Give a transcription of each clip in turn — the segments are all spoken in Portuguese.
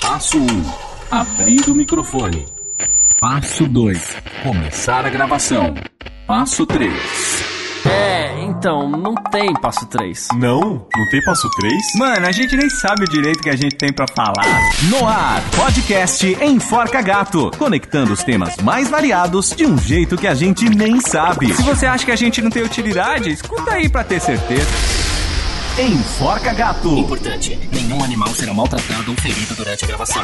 Passo 1. Abrir o microfone. Passo 2. Começar a gravação. Passo 3. É, então, não tem passo 3. Não? Não tem passo 3? Mano, a gente nem sabe o direito que a gente tem pra falar. No ar, podcast Enforca Gato, conectando os temas mais variados de um jeito que a gente nem sabe. Se você acha que a gente não tem utilidade, escuta aí pra ter certeza. Enforca Gato. Importante: nenhum animal será maltratado ou ferido durante a gravação.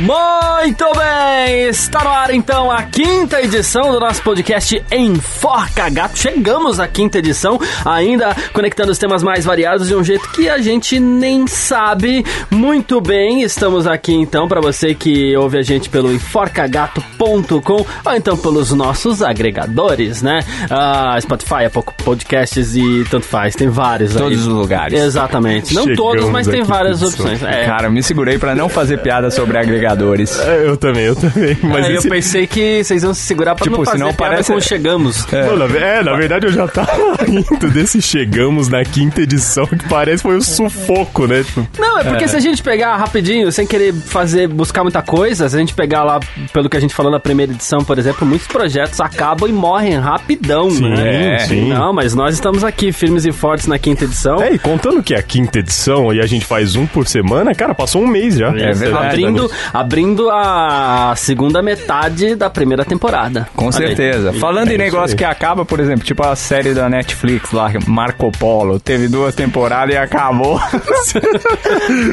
Muito bem! Está no ar então a quinta edição do nosso podcast Enforca Gato. Chegamos à quinta edição, ainda conectando os temas mais variados de um jeito que a gente nem sabe muito bem. Estamos aqui então para você que ouve a gente pelo enforcagato.com ou então pelos nossos agregadores, né? Ah, Spotify, Apple Podcasts e tanto faz, tem vários aí. Todos os lugares. Exatamente. Não Chegamos todos, mas tem aqui, várias pessoal. opções. É. Cara, me segurei pra não fazer piada sobre agregadores. É, eu também, eu também. Mas Aí esse... eu pensei que vocês iam se segurar pra Tipo, não fazer senão piada parece- como chegamos. Não, na ve- é, na verdade eu já tava indo desse chegamos na quinta edição, que parece Uhum. foi o sufoco, né? Tipo, Não, é porque se a gente pegar rapidinho, sem querer fazer, buscar muita coisa, se a gente pegar lá, pelo que a gente falou na primeira edição, por exemplo, muitos projetos acabam e morrem rapidão, né? É. sim. Não, mas nós estamos aqui, firmes e fortes na quinta edição. É, e contando que é a quinta edição e a gente faz um por semana, cara, passou um mês já. É verdade. Abrindo, abrindo a segunda metade da primeira temporada. Com certeza. Falando É em isso aí. negócio que acaba, por exemplo, tipo a série da Netflix lá, Marco Polo, teve duas temporadas e acabou.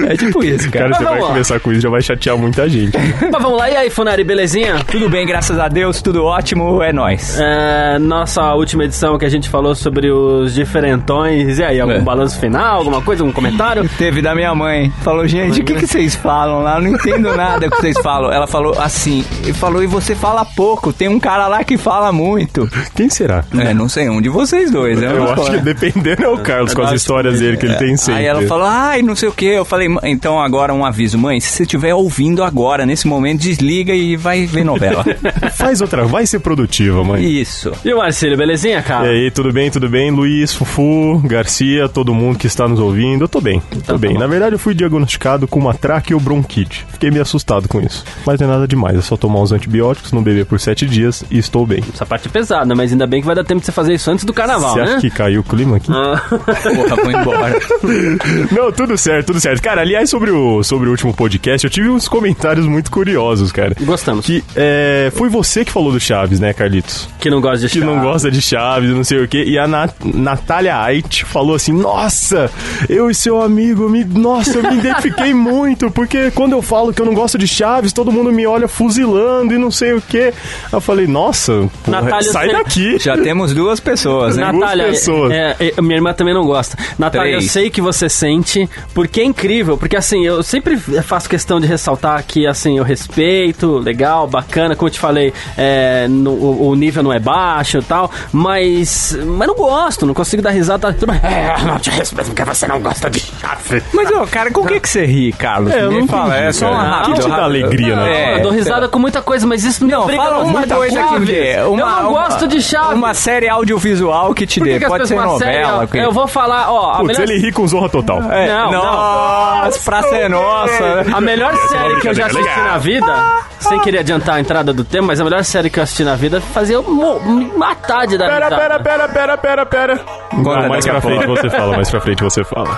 é tipo isso, Cara, cara. você Mas vai vamos lá. começar com isso, já vai chatear muita gente. Mas vamos lá, e aí, Funari, belezinha? Tudo bem, graças a Deus, tudo ótimo, é nóis. É, nossa última edição que a gente falou sobre os diferentões. E aí, algum É. balanço final, alguma coisa, algum comentário? Teve da minha mãe. Falou, gente, o que, que vocês falam lá? Eu não entendo nada que vocês falam. Ela falou assim, e falou, e você fala pouco, tem um cara lá que fala muito. Quem será? É, não sei, um de vocês dois. né? Eu acho que dependendo é o Carlos, com as histórias dele que ele tem sempre. é. Aí ela falou, ai, não sei o que. Eu falei, "Mãe, então agora um aviso, mãe, se você estiver ouvindo agora, nesse momento, desliga e vai ver novela. Faz outra, vai ser produtiva, mãe. Isso. E o Marcílio, belezinha, cara? E aí, tudo bem, tudo bem? Luiz, Fufu, Garcia, todo mundo que está nos ouvindo. Eu tô bem, eu tô bem. Na verdade, eu fui diagnosticado com uma traqueobronquite. Fiquei meio assustado com isso. Mas não é nada demais, é só tomar uns antibióticos, não beber por sete dias e estou bem. Essa parte é pesada, mas ainda bem que vai dar tempo de você fazer isso antes do carnaval, Você né? Ah, acha que caiu o clima aqui? Porra, vou embora. Não, tudo certo, tudo certo. Cara, aliás, sobre o, sobre o último podcast, eu tive uns comentários muito curiosos, cara. Gostamos. Que, Que é, foi você que falou do Chaves, né, Carlitos? não gosta de que não chá. gosta de Chaves, não sei o quê. E a Na- Natália Ait falou assim: Nossa, eu e seu amigo, me, nossa, eu me identifiquei muito, porque quando eu falo que eu não gosto de Chaves, todo mundo me olha fuzilando e não sei o quê. Eu falei: Nossa, porra, Natália, sai você- daqui. Já tá temos duas pessoas, né? Nada. Natália, Duas pessoas. é, é, minha irmã também não gosta. Natália, eu Três. sei que você sente, porque é incrível, porque assim, eu sempre faço questão de ressaltar que assim, eu respeito, legal, bacana, como eu te falei, é, no- o, o nível não é baixo e tal, mas, mas não gosto, não consigo dar risada. Tá, é, não te respeito porque você não gosta de Chaves. Mas, ô, cara, com o que, que você ri, Carlos? É, eu Me não fala, entendi, é só uma cara. rápida. O que te dá rápida. alegria, né? Eu dou risada com muita coisa, mas isso não Não, obriga fala nós uma muito a coisa que Chaves. dê. Uma, Eu não uma- gosto de Chaves. Uma série audiovisual que te Por dê. que que as Pode ser pessoas- uma série, novela. ó, que- Eu vou falar, ó, a Putz, melhor assim. ele ri com zorra total. É, Não, não. nossa, praça é nossa. né? A melhor série que eu já assisti legal. na vida, sem querer adiantar a entrada do tema, mas a melhor série que eu assisti na vida fazia eu mo- me matar de dar Pera, risada. pera, pera, pera, pera, pera. Não, mais daqui a pra frente pouco. você fala, mais pra frente você fala.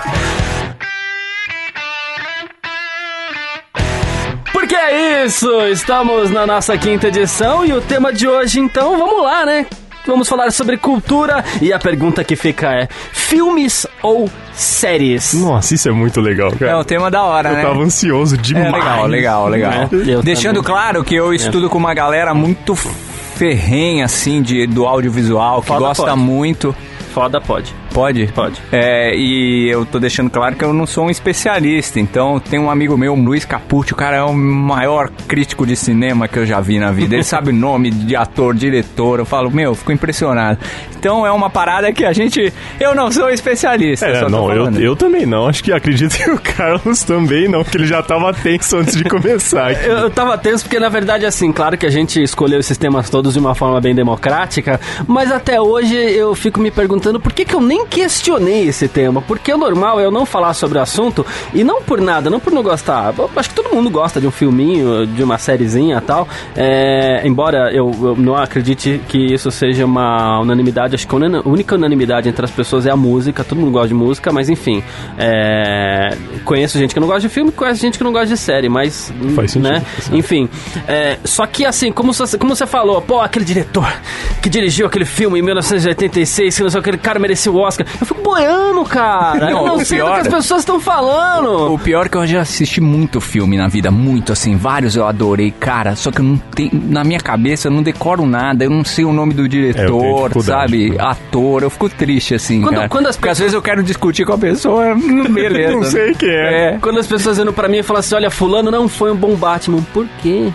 Porque é isso, estamos na nossa quinta edição e o tema de hoje, então, vamos lá, né? Vamos falar sobre cultura e a pergunta que fica é: filmes ou séries? Nossa, isso é muito legal, É cara. um tema da hora, né? Eu tava ansioso É, demais. legal, legal, legal. É, eu Deixando também. claro que eu estudo com uma galera muito ferrenha, assim, de, do audiovisual, que Foda, gosta pode. muito. Foda, pode. Pode? Pode. É, e eu tô deixando claro que eu não sou um especialista, então tem um amigo meu, Luiz Capucci, o cara é o maior crítico de cinema que eu já vi na vida. Ele sabe nome de ator, diretor, eu falo, meu, eu fico impressionado. Então é uma parada que a gente. Eu não sou especialista. É, só tô não, eu, falando. eu também não. Acho que acredito que o Carlos também não, porque ele já tava tenso antes de começar. aqui. Eu, É, eu tava tenso porque, na verdade, assim, claro que a gente escolheu esses temas todos de uma forma bem democrática, mas até hoje eu fico me perguntando por que, que eu nem questionei esse tema, porque o normal é eu não falar sobre o assunto, e não por nada, não por não gostar. Eu acho que todo mundo gosta de um filminho, de uma sériezinha e tal. É, embora eu, eu não acredite que isso seja uma unanimidade, acho que a unana- única unanimidade entre as pessoas é a música, todo mundo gosta de música, mas enfim. é, conheço gente que não gosta de filme, conheço gente que não gosta de série, mas. Faz sentido, né? faz Enfim, é, só que assim, como você, como você falou, pô, aquele diretor que dirigiu aquele filme em 1986, que não sei o que, aquele cara merecia o Oscar. Eu fico boiando, cara. Não, eu não o sei pior- do que as pessoas estão falando. O pior é que eu já assisti muito filme na vida, muito assim, vários eu adorei, cara. Só que eu não tenho, na minha cabeça eu não decoro nada, eu não sei o nome do diretor, dificuldade, sabe? né? Ator, eu fico triste assim, Quando- cara. quando as Porque às vezes eu quero discutir com a pessoa, beleza. Não sei quem é. Quando as pessoas indo pra mim e falam assim, olha, fulano não foi um bom Batman, por quê?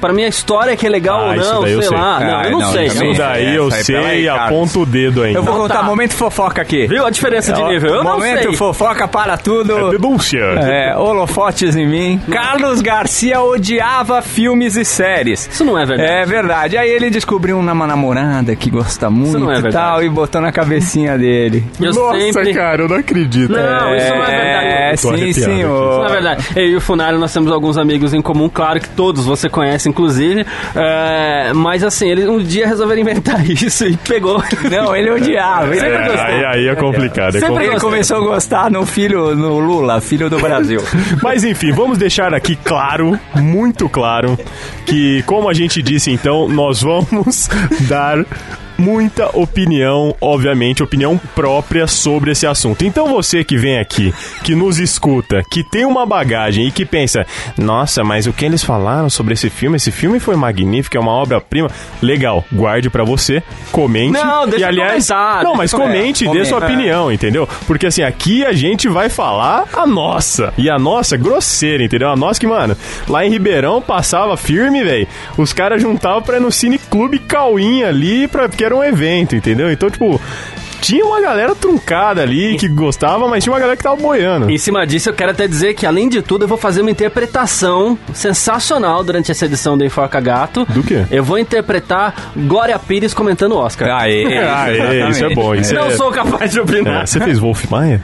Pra mim a história que é legal Ah, ou isso não, daí eu sei sei. lá. não, Ah, eu não, não, sei. isso eu não Sim, Isso sei. daí é, eu essa aí, sei pera aí, e Carlos. aponta o dedo ainda. Eu vou contar tá. momento fofoca aqui. Viu a diferença É, de nível? Eu não momento sei. fofoca para tudo. Denúncia. É, holofotes em mim. Carlos Garcia odiava filmes e séries. Isso não é verdade. É verdade. Aí ele descobriu uma namorada que gosta muito não é e verdade. tal e botou na cabecinha dele. Eu É, Nossa, sempre... cara, eu não acredito. Não, isso não é verdade. É, Tô sim, arrepiado aqui. senhor. Isso não é verdade. Eu e o Funari, nós temos alguns amigos em comum, claro que todos você conhece, inclusive. É, mas assim, eles um dia resolveram inventar isso e pegou. Não, ele odiava. Ele, É, aí, aí é complicado. é Sempre complicado. ele gostei. começou a gostar no filho, no Lula, filho do Brasil. Mas enfim, vamos deixar aqui claro, muito claro, que como a gente disse então, nós vamos dar muita opinião, obviamente, opinião própria sobre esse assunto. Então você que vem aqui, que nos escuta, que tem uma bagagem e que pensa, nossa, mas o que eles falaram sobre esse filme? Esse filme foi magnífico, é uma obra-prima. Legal, guarde pra você, comente. Não, deixa e, aliás, comentar, não, deixa mas comentar. É, comente, dê Comenta. sua opinião opinião, entendeu? Porque assim, aqui a gente vai falar a nossa. E a nossa é grosseira, entendeu? A nossa que, mano, lá em Ribeirão passava firme, velho. Os caras juntavam pra ir no Cine Clube Cauim ali, pra, porque era um evento, entendeu? Então, tipo, tinha uma galera truncada ali que gostava, mas tinha uma galera que tava boiando. Em cima disso, eu quero até dizer que, além de tudo, eu vou fazer uma interpretação sensacional durante essa edição do Enforca Gato. Do quê? Eu vou interpretar Glória Pires comentando o Oscar. Aê, Ah, é, isso é bom, isso é. Não sou capaz de É, opinar. você fez Wolf Maia?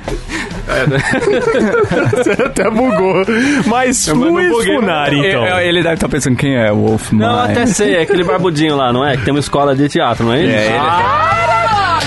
você até bugou. Mas um Luiz Funari, então. Eu- eu- Ele deve estar pensando quem é o Wolf. Não, eu até sei, é aquele barbudinho lá, não é? Que tem uma escola de teatro, não é ele? É, ele Ah,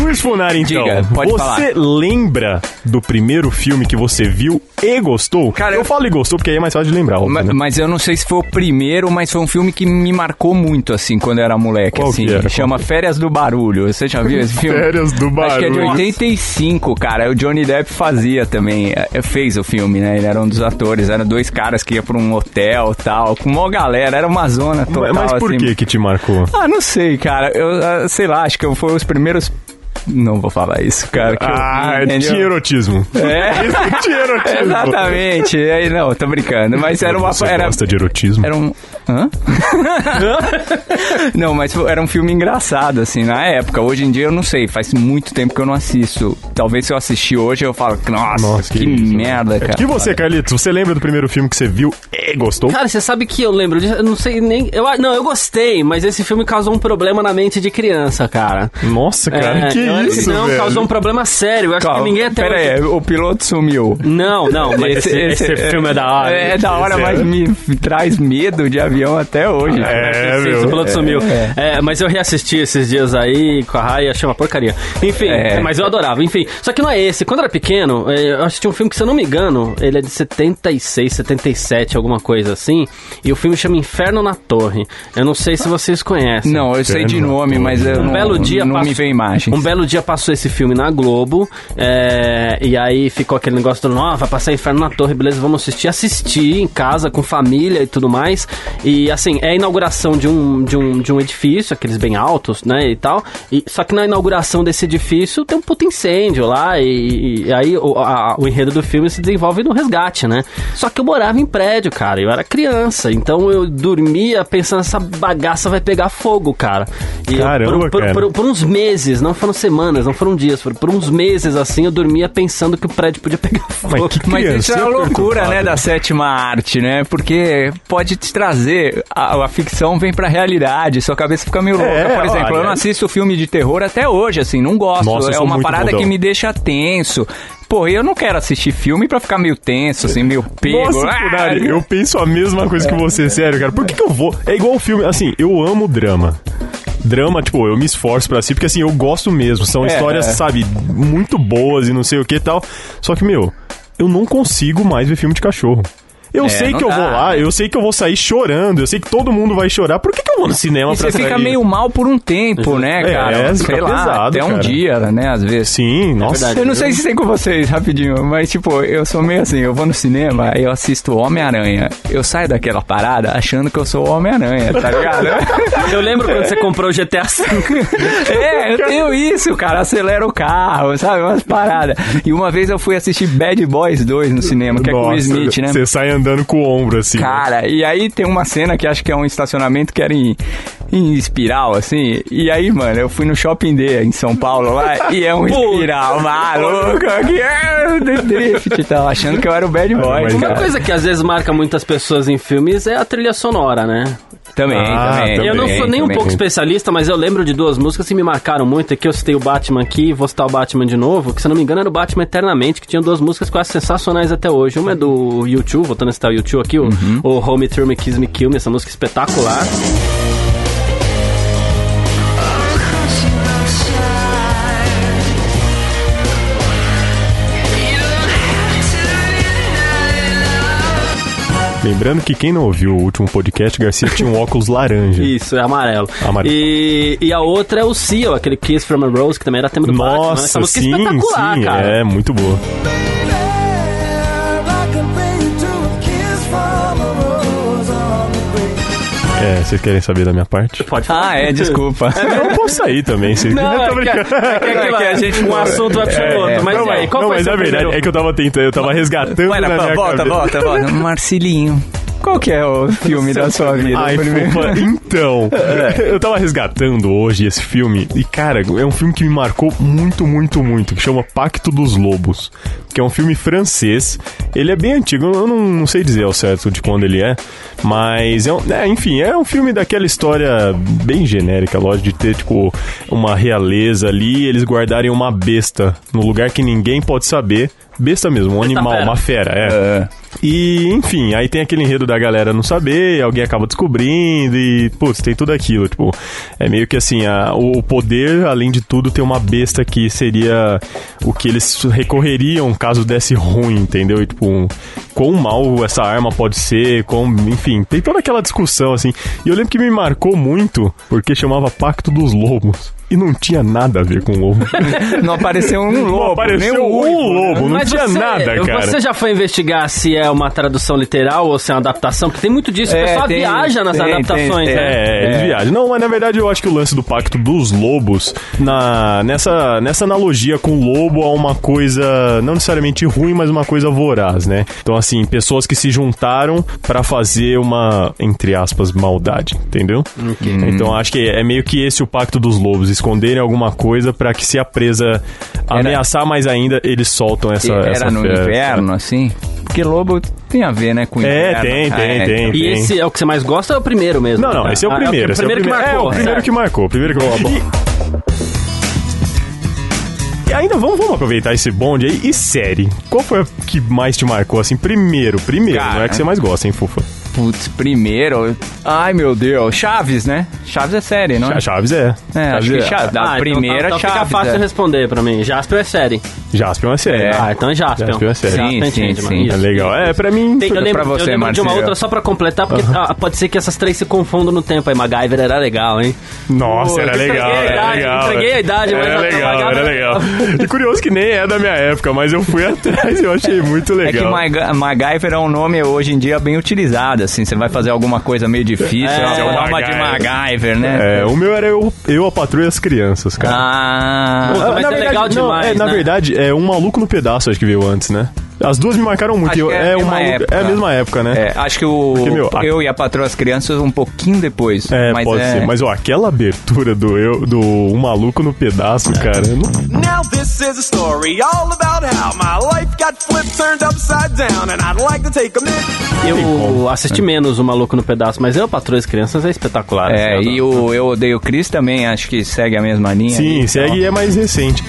Luiz Funari, então, Diga, pode você falar. lembra do primeiro filme que você viu e gostou? Cara, eu, eu- falo e gostou porque aí é mais fácil de lembrar, óbvio, Ma- né? Mas, eu não sei se foi o primeiro, mas foi um filme que me marcou muito, assim, quando eu era moleque. Qual assim, que era? Chama Férias do Barulho. Você já viu esse filme? Férias do Acho que é de Barulho. 85, cara. O Johnny Depp fazia também. é, Fez o filme, né? Ele era um dos atores. Eram dois caras que iam pra um hotel tal. Com uma galera. Era uma zona total. Mas, por assim. que que te marcou? Ah, não sei, cara. Eu ah, sei lá, acho que eu foi os primeiros. Não vou falar isso, cara. que eu Ah, vi, entendeu? tinha erotismo. É. Isso, tinha erotismo. Exatamente. Aí, não, tô brincando. Mas era uma. Você era, gosta de erotismo? era um. Hã? não, mas foi- era um filme engraçado, assim, na época. Hoje em dia eu não sei, faz muito tempo que eu não assisto. Talvez se eu assistir hoje eu falo, nossa, Nossa, que, que isso, merda, cara. E você, Carlitos, você lembra do primeiro filme que você viu e gostou? Cara, você sabe que eu lembro disso, eu não sei nem. Eu, ah, não, eu gostei, mas esse filme causou um problema na mente de criança, cara. Nossa, cara, É, que eu acho que isso, não, velho. causou um problema sério. Eu acho Calma, que ninguém até. Pera hoje- aí, o piloto sumiu. Não, não, mas esse, esse filme é da hora. É da hora, Esse mas é. me traz medo de avião até hoje. É, Esse meu. piloto sumiu. É, mas eu reassisti esses dias aí com a Rai, achei uma porcaria. Enfim, É. mas eu adorava. Enfim, só que não é esse. Quando eu era pequeno, é, eu assisti um filme que, se eu não me engano, ele é de 76, 77, alguma coisa assim. E o filme chama Inferno na Torre. Eu não sei se vocês conhecem. Não, eu sei de nome, mas eu Um não, belo dia não passou- me vem imagem. Um belo dia passou esse filme na Globo. é, e aí ficou aquele negócio todo, ó, vai passar inferno na torre, beleza, vamos assistir. Assistir em casa, com família e tudo mais. E assim, é a inauguração de um, de um, de um edifício, aqueles bem altos, né? E tal. E, só que na inauguração desse edifício tem um puto incêndio lá. E, e aí o, a- o enredo do filme se desenvolve no resgate, né? Só que eu morava em prédio, cara. Eu era criança. Então eu dormia pensando, essa bagaça vai pegar fogo, cara. E eu- Caramba, por- por- cara. por- por uns meses, não foram semanas, não foram dias, foram por uns meses assim, eu dormia pensando que o prédio podia pegar fogo. que Mas criança isso é a loucura, perturbada. né, da sétima arte, né? Porque pode te trazer. A, a ficção vem pra realidade, sua cabeça fica meio louca. É, Por exemplo, olha. eu não assisto filme de terror até hoje, assim, não gosto. Nossa, eu é sou uma muito parada bundão. que me deixa tenso. Pô, eu não quero assistir filme pra ficar meio tenso, assim, meio pego. Nossa, Ah, Funari, eu penso a mesma coisa que você, sério, cara. Por que, que eu vou? É igual o filme, assim, eu amo drama. Drama, tipo, eu me esforço pra si, porque assim, eu gosto mesmo. São É, histórias, sabe, muito boas e não sei o que e tal. Só que, meu, eu não consigo mais ver filme de cachorro. Eu sei É, não que eu dá, né? vou lá, eu sei que eu vou sair chorando, eu sei que todo mundo vai chorar. Por que, que eu vou no cinema E pra você fica sair? meio mal por um tempo, né, É, cara? é, Sei fica lá, pesado, até um cara. dia, né, às vezes. Sim, nossa. verdade. Eu não sei se tem com vocês, rapidinho, mas tipo, eu sou meio assim, eu vou no cinema, aí eu assisto Homem-Aranha. Eu saio daquela parada achando que eu sou o Homem-Aranha, tá ligado? Eu lembro quando você comprou o GTA V. é, eu tenho isso, cara, acelera o carro, sabe? Umas paradas. E uma vez eu fui assistir Bad Boys 2 no cinema, que é com o Nossa, Smith, né? Você sai andando com o ombro, assim. Cara, e aí tem uma cena que acho que é um estacionamento que era em, em espiral, assim. E aí, mano, eu fui no Shopping D em São Paulo lá e é um espiral maluco aqui. é, de Drift e tal, achando que eu era o Bad Boy. mas é. cara. Uma coisa que às vezes marca muitas pessoas em filmes é a trilha sonora, né? Também, Ah, também. eu não sou nem um também. pouco especialista, mas eu lembro de duas músicas que me marcaram muito, é que eu citei o Batman aqui, vou citar o Batman de novo, que se eu não me engano era o Batman Eternamente, que tinha duas músicas quase sensacionais até hoje. Uma é do YouTube, voltando a citar o YouTube aqui, o, Uhum. o Home Through Me Kiss Me Kill Me, essa música espetacular. Lembrando que quem não ouviu o último podcast, Garcia tinha um óculos laranja. Isso, é amarelo. Amarelo. E, e a outra é o Seal, aquele Kiss from a Rose, que também era tema do Batman. Essa Nossa, música sim, é espetacular, sim, cara. é muito boa. É, vocês querem saber da minha parte? Pode falar. Ah, é, desculpa. Eu posso sair também, vocês Não, tô é que, brincando. é que- é que- é que a gente um assunto vai pro É, outro. é. mas não, e aí, mas- qual não, foi mas seu a verdade primeiro? é que eu tava tentando, eu tava resgatando Vai lá, na pô, minha volta, cabeça. volta, volta. Marcilinho. Qual que é o filme da sua vida? Ai, Primeiro. fofa, então. Eu tava resgatando hoje esse filme. E, cara, é um filme que me marcou muito, muito, muito. Que chama Pacto dos Lobos. Que é um filme francês. Ele é bem antigo. Eu não, não sei dizer ao certo de quando ele é. Mas, é, um- é, enfim, é um filme daquela história bem genérica, lógico, de ter, tipo, uma realeza ali. e Eles guardarem uma besta no lugar que ninguém pode saber. Besta mesmo, um animal, fera. uma fera, é. E, enfim, aí tem aquele enredo da galera não saber, alguém acaba descobrindo e, putz, tem tudo aquilo. Tipo, é meio que assim, a- o poder, além de tudo, tem uma besta que seria o que eles recorreriam caso desse ruim, entendeu? E, tipo, um, quão mal essa arma pode ser, quão, enfim, tem toda aquela discussão, assim. E eu lembro que me marcou muito porque chamava Pacto dos Lobos. E não tinha nada a ver com lobo. Não apareceu um lobo. não nem apareceu o um único, né? lobo, não Mas tinha você- nada, cara. Você já foi investigar se é uma tradução literal ou se é uma adaptação? Porque tem muito disso, o É, pessoal tem, viaja nas tem, adaptações, tem, né? É, eles viajam. Não, mas na verdade eu acho que o lance do pacto dos lobos, na, nessa, nessa analogia com o lobo, é uma coisa não necessariamente ruim, mas uma coisa voraz, né? Então, assim, pessoas que se juntaram pra fazer uma, entre aspas, maldade, entendeu? Então acho que é meio que esse o pacto dos lobos, esconderem alguma coisa pra que se a presa ameaçar mais ainda, eles soltam essa. Era essa no fera. inverno, assim? Porque lobo tem a ver, né, com É, inverno. tem, Ah, tem, é, tem, E tem. esse é o que você mais gosta ou é o primeiro mesmo? Não, não, Tá. esse é o Ah, primeiro. o esse primeiro que prime- marcou. É, o primeiro certo. que marcou. O primeiro que marcou. E- E ainda vamos, vamos aproveitar esse bonde aí. E série? Qual foi a que mais te marcou, assim? Primeiro, primeiro. Cara. Não é que você mais gosta, hein, Fufa? Putz, primeiro. Ai, meu Deus. Chaves, né? Chaves é série, não é? A Chaves é. É, acho que é. Chaves. Ah, Da então primeira tá, então Chaves. fica fácil né? é. responder pra mim. Jasper é série. Jaspion é série. É. né? Ah, então é Jasper. Jaspion é série. Sim, Jasper sim, entende, sim. mano. Isso. É legal. É, pra mim... Tem- eu lembro, pra você, eu lembro de uma Marcelo. outra só pra completar, porque ah, pode ser que essas três se confundam no tempo aí. MacGyver era legal, hein? Nossa, era Entreguei legal. a Era idade, legal. entreguei a idade, mas Era a- legal, a- era legal. E curioso que nem é da minha época, mas eu fui atrás e eu achei muito É que legal. Maga- MacGyver é um nome hoje em dia bem utilizado, assim. Você vai fazer alguma coisa meio difícil, É, é, é o uma alma de MacGyver. MacGyver, né? É, o meu era eu, eu a patrulha e as crianças, cara. Ah, Mas é legal não, demais, é, Na né? verdade, é um maluco no pedaço, acho que veio antes, né? As duas me marcaram muito. Acho Eu- que é a é, mesma uma, época. é a mesma época, né? É, acho que o Porque, meu, a- eu e a patroa as crianças um pouquinho depois. É, mas pode é... ser. Mas ó, aquela abertura do eu, do Um Maluco no É. Pedaço, cara. eu não- Now this is a story all about how my life got flipped, turned upside down, and I'd like to take a minute. Eu assisti menos o Maluco no Pedaço, mas eu, Patrões Crianças, é espetacular. É, assim, e eu adoro. o Eu Odeio Chris também, acho que segue a mesma linha. tá, Sim, ali, segue e é mais recente.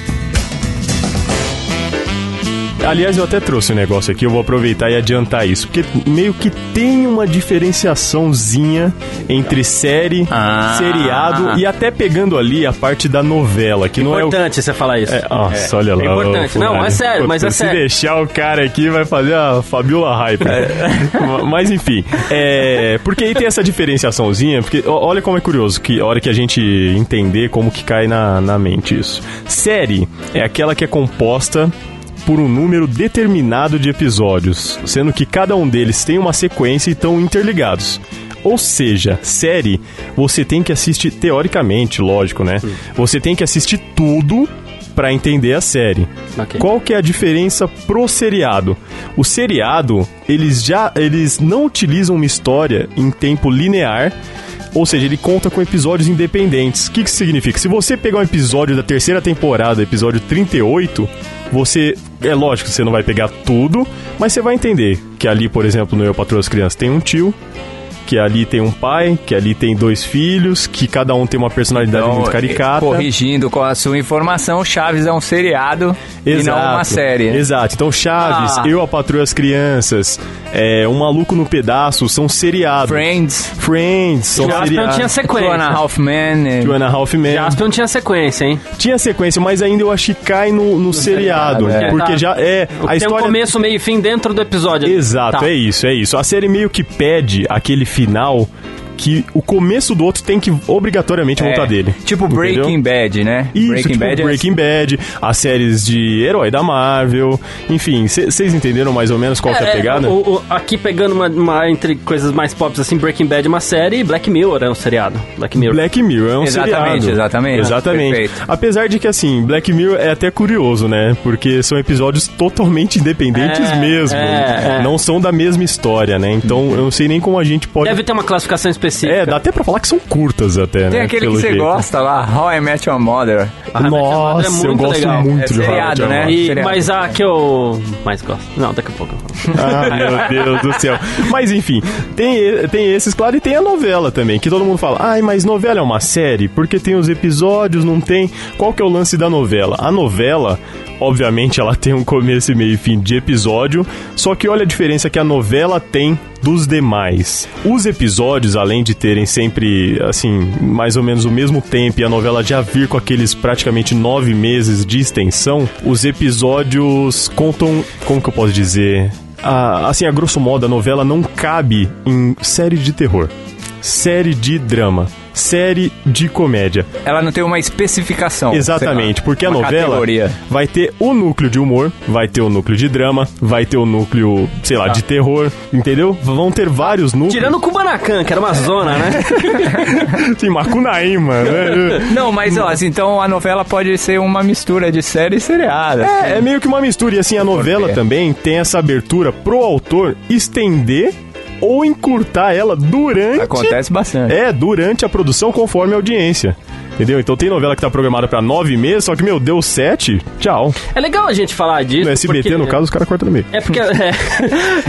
Aliás, eu até trouxe um negócio aqui, eu vou aproveitar e adiantar isso, porque meio que tem uma diferenciaçãozinha entre série, Ah. seriado e até pegando ali a parte da novela, que não é o Importante você falar isso. É, nossa, olha lá. É importante. ô, Não, Fulano. mas sério, mas é Se sério. deixar o cara aqui, vai fazer a Fabiola Hype. mas enfim, é, porque aí tem essa diferenciaçãozinha, porque ó, olha como é curioso, que a hora que a gente entender como que cai na, na mente isso. Série é aquela que é composta por um número determinado de episódios, sendo que cada um deles tem uma sequência e estão interligados. Ou seja, série, você tem que assistir, teoricamente, lógico, né? Você tem que assistir tudo pra entender a série. Ok. Qual que é a diferença pro seriado? O seriado, eles já eles não utilizam uma história em tempo linear, ou seja, ele conta com episódios independentes. O que, que isso significa? Se você pegar um episódio da terceira temporada, episódio 38, você. É lógico, você não vai pegar tudo, mas você vai entender que ali, por exemplo, no Eu Patroa as Crianças tem um tio, que ali tem um pai, que ali tem dois filhos, que cada um tem uma personalidade Então, muito caricata. Corrigindo com a sua informação, Chaves é um seriado e não uma série. Exato. Então, Chaves, Ah. Eu, a Patroa e as Crianças, é, Um Maluco no Pedaço, são seriados. Friends, Friends, são Jasper não tinha seriados. Two and a sequência. Half Men, eh, Two and a Half Men. Jasper não tinha sequência, hein? Tinha sequência, mas ainda eu acho que cai no, no seriado. seriado, é. Porque Tá. já é... A Tem um história... começo, meio e fim dentro do episódio. Exato, Tá. é isso, é isso. A série meio que pede aquele final que o começo do outro tem que obrigatoriamente é, voltar dele. Tipo Entendeu? Breaking Bad, né? Isso, Breaking tipo Bad é- Breaking Bad, as séries de herói da Marvel, enfim, vocês entenderam mais ou menos qual que é a pegada? o- o- aqui pegando uma, uma- entre coisas mais pop, assim, Breaking Bad é uma série e Black Mirror é um seriado. Black Mirror. Black Mirror é um Exatamente, seriado. exatamente. Exatamente. Perfeito. Apesar de que, assim, Black Mirror é até curioso, né? Porque são episódios totalmente independentes É, mesmo. é, é. Não são da mesma história, né? Então, eu não sei nem como a gente pode... Deve ter uma classificação específica. É, dá até pra falar que são curtas até, né? Tem aquele que Pelo você jeito. gosta lá, How I Met Your Mother. Ah, Black Mirror é Nossa, eu muito gosto legal. muito É de How I Met seriado, Your né? Mother. E- seriado. mas a que eu mais gosto. Não, daqui a pouco. eu falo. Ah, meu Deus do céu. Mas enfim, tem, tem esses, claro, e tem a novela também, que todo mundo fala, ai, mas novela é uma série, porque tem os episódios, não tem. Qual que é o lance da novela? A novela, obviamente, ela tem um começo e meio e fim de episódio, só que olha a diferença que a novela tem dos demais. Os episódios, além de terem sempre, assim, mais ou menos o mesmo tempo e a novela já vir com aqueles praticamente nove meses de extensão, os episódios contam, como que eu posso dizer? Ah, assim, a grosso modo, a novela não cabe em série de terror, série de drama, série de comédia. Ela não tem uma especificação. Exatamente, sei lá, porque a uma novela Categoria. vai ter o núcleo de humor, vai ter o núcleo de drama, vai ter o núcleo, sei Tá. lá, de terror, entendeu? Vão ter vários núcleos. Tirando o Kubanacan, que era uma zona, né? Sim, Macunaíma, né? Não, mas ó, assim, então a novela pode ser uma mistura de série e seriada. assim. É, é meio que uma mistura. E assim, a novela também tem essa abertura pro autor estender ou encurtar ela durante. Acontece bastante. É, durante a produção, conforme a audiência. Entendeu? Então tem novela que tá programada pra nove meses, só que, meu, deu sete, tchau. É legal a gente falar disso. No SBT, porque- no caso, os caras cortam no meio. É porque. é.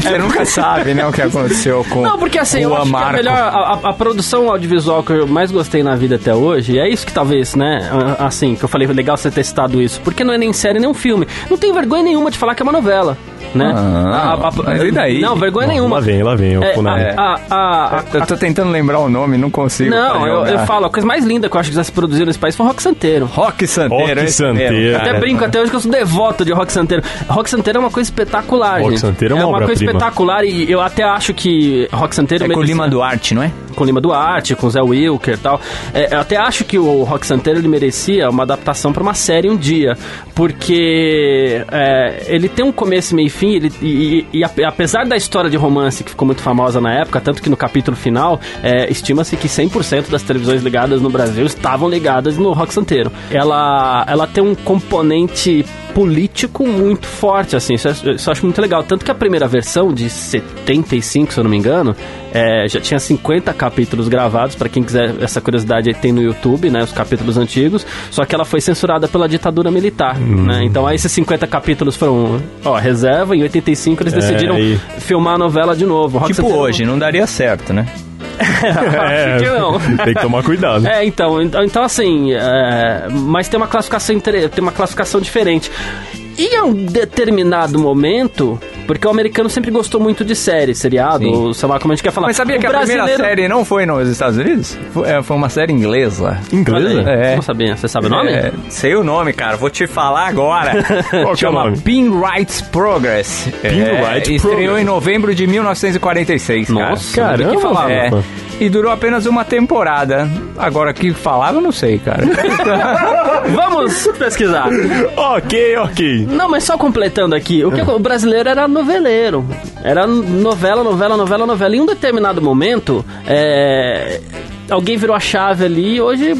Você nunca sabe, né, o que aconteceu com Não, porque assim, eu Rua acho Marco. que a melhor. A, a- a produção audiovisual que eu mais gostei na vida até hoje, e é isso que talvez, né? a- Assim, que eu falei, legal você ter citado isso. Porque não é nem série, nem um filme. Não tem vergonha nenhuma de falar que é uma novela. Né? Ah, mas e daí? Não, vergonha Bom, É nenhuma. Lá vem, né? lá vem. o É, Funari. a- a- a- a- Eu tô tentando lembrar o nome, não consigo. não, pra eu, jogar. eu falo, a coisa mais linda que eu acho que já se produziu nesse país foi o Rock Santeiro. Rock Santeiro. Rock é esse Santeiro. mesmo, Até cara. Até brinco até hoje que eu sou devoto de Rock Santeiro. Rock Santeiro é uma coisa espetacular, Rock gente. Santeiro é uma coisa obra-prima. espetacular e eu até acho que Rock Santeiro É com merecia- Lima Duarte, não é? com Lima Duarte, com Zé Wilker e tal. É, eu até acho que o Rock Santeiro ele merecia uma adaptação pra uma série um dia, porque é, ele tem um começo, meio e fim, ele, e, e- e ape- apesar da história de romance que ficou muito famosa na época, tanto que no capítulo final, é, estima-se que 100% das televisões ligadas no Brasil estavam ligadas no Rock Santeiro. Ela, ela tem um componente político muito forte, assim, isso, é- isso eu acho muito legal. Tanto que a primeira versão, de 75, se eu não me engano, é, já tinha 50 capítulos gravados, pra quem quiser essa curiosidade aí tem no YouTube, né, os capítulos antigos, só que ela foi censurada pela ditadura militar, Hum. né, então aí esses 50 capítulos foram, ó, reserva, em 85 eles decidiram aí. filmar a novela de novo. Rock É, é Tipo Santeiro- hoje, não daria certo, né? Acho que não. É, Tem que tomar cuidado. tá, É, então, então, então, assim, é, mas tem uma classificação inter- tem uma classificação diferente. E a um determinado momento, porque o americano sempre gostou muito de série, seriado, Sim. ou sei lá como a gente quer falar. Mas sabia O que a primeira série não foi nos Estados Unidos? Foi, é, foi uma série inglesa. Olha aí, É. Não sabia. Você sabe o nome? É, sei o nome, cara. Vou te falar agora. Qual que é o Chama nome? Pinwright's Progress. É, Pinwright's Estreou Progress. em novembro de 1946, cara. Nossa, Sobre o que caramba, falava. É, mano. E durou apenas uma temporada. Agora, o que falava, eu não sei, cara. Vamos pesquisar. Ok, ok. Não, mas só completando aqui, É. o, que, o brasileiro era noveleiro. Era novela, novela, novela, novela. Em um determinado momento, é, alguém virou a chave ali e hoje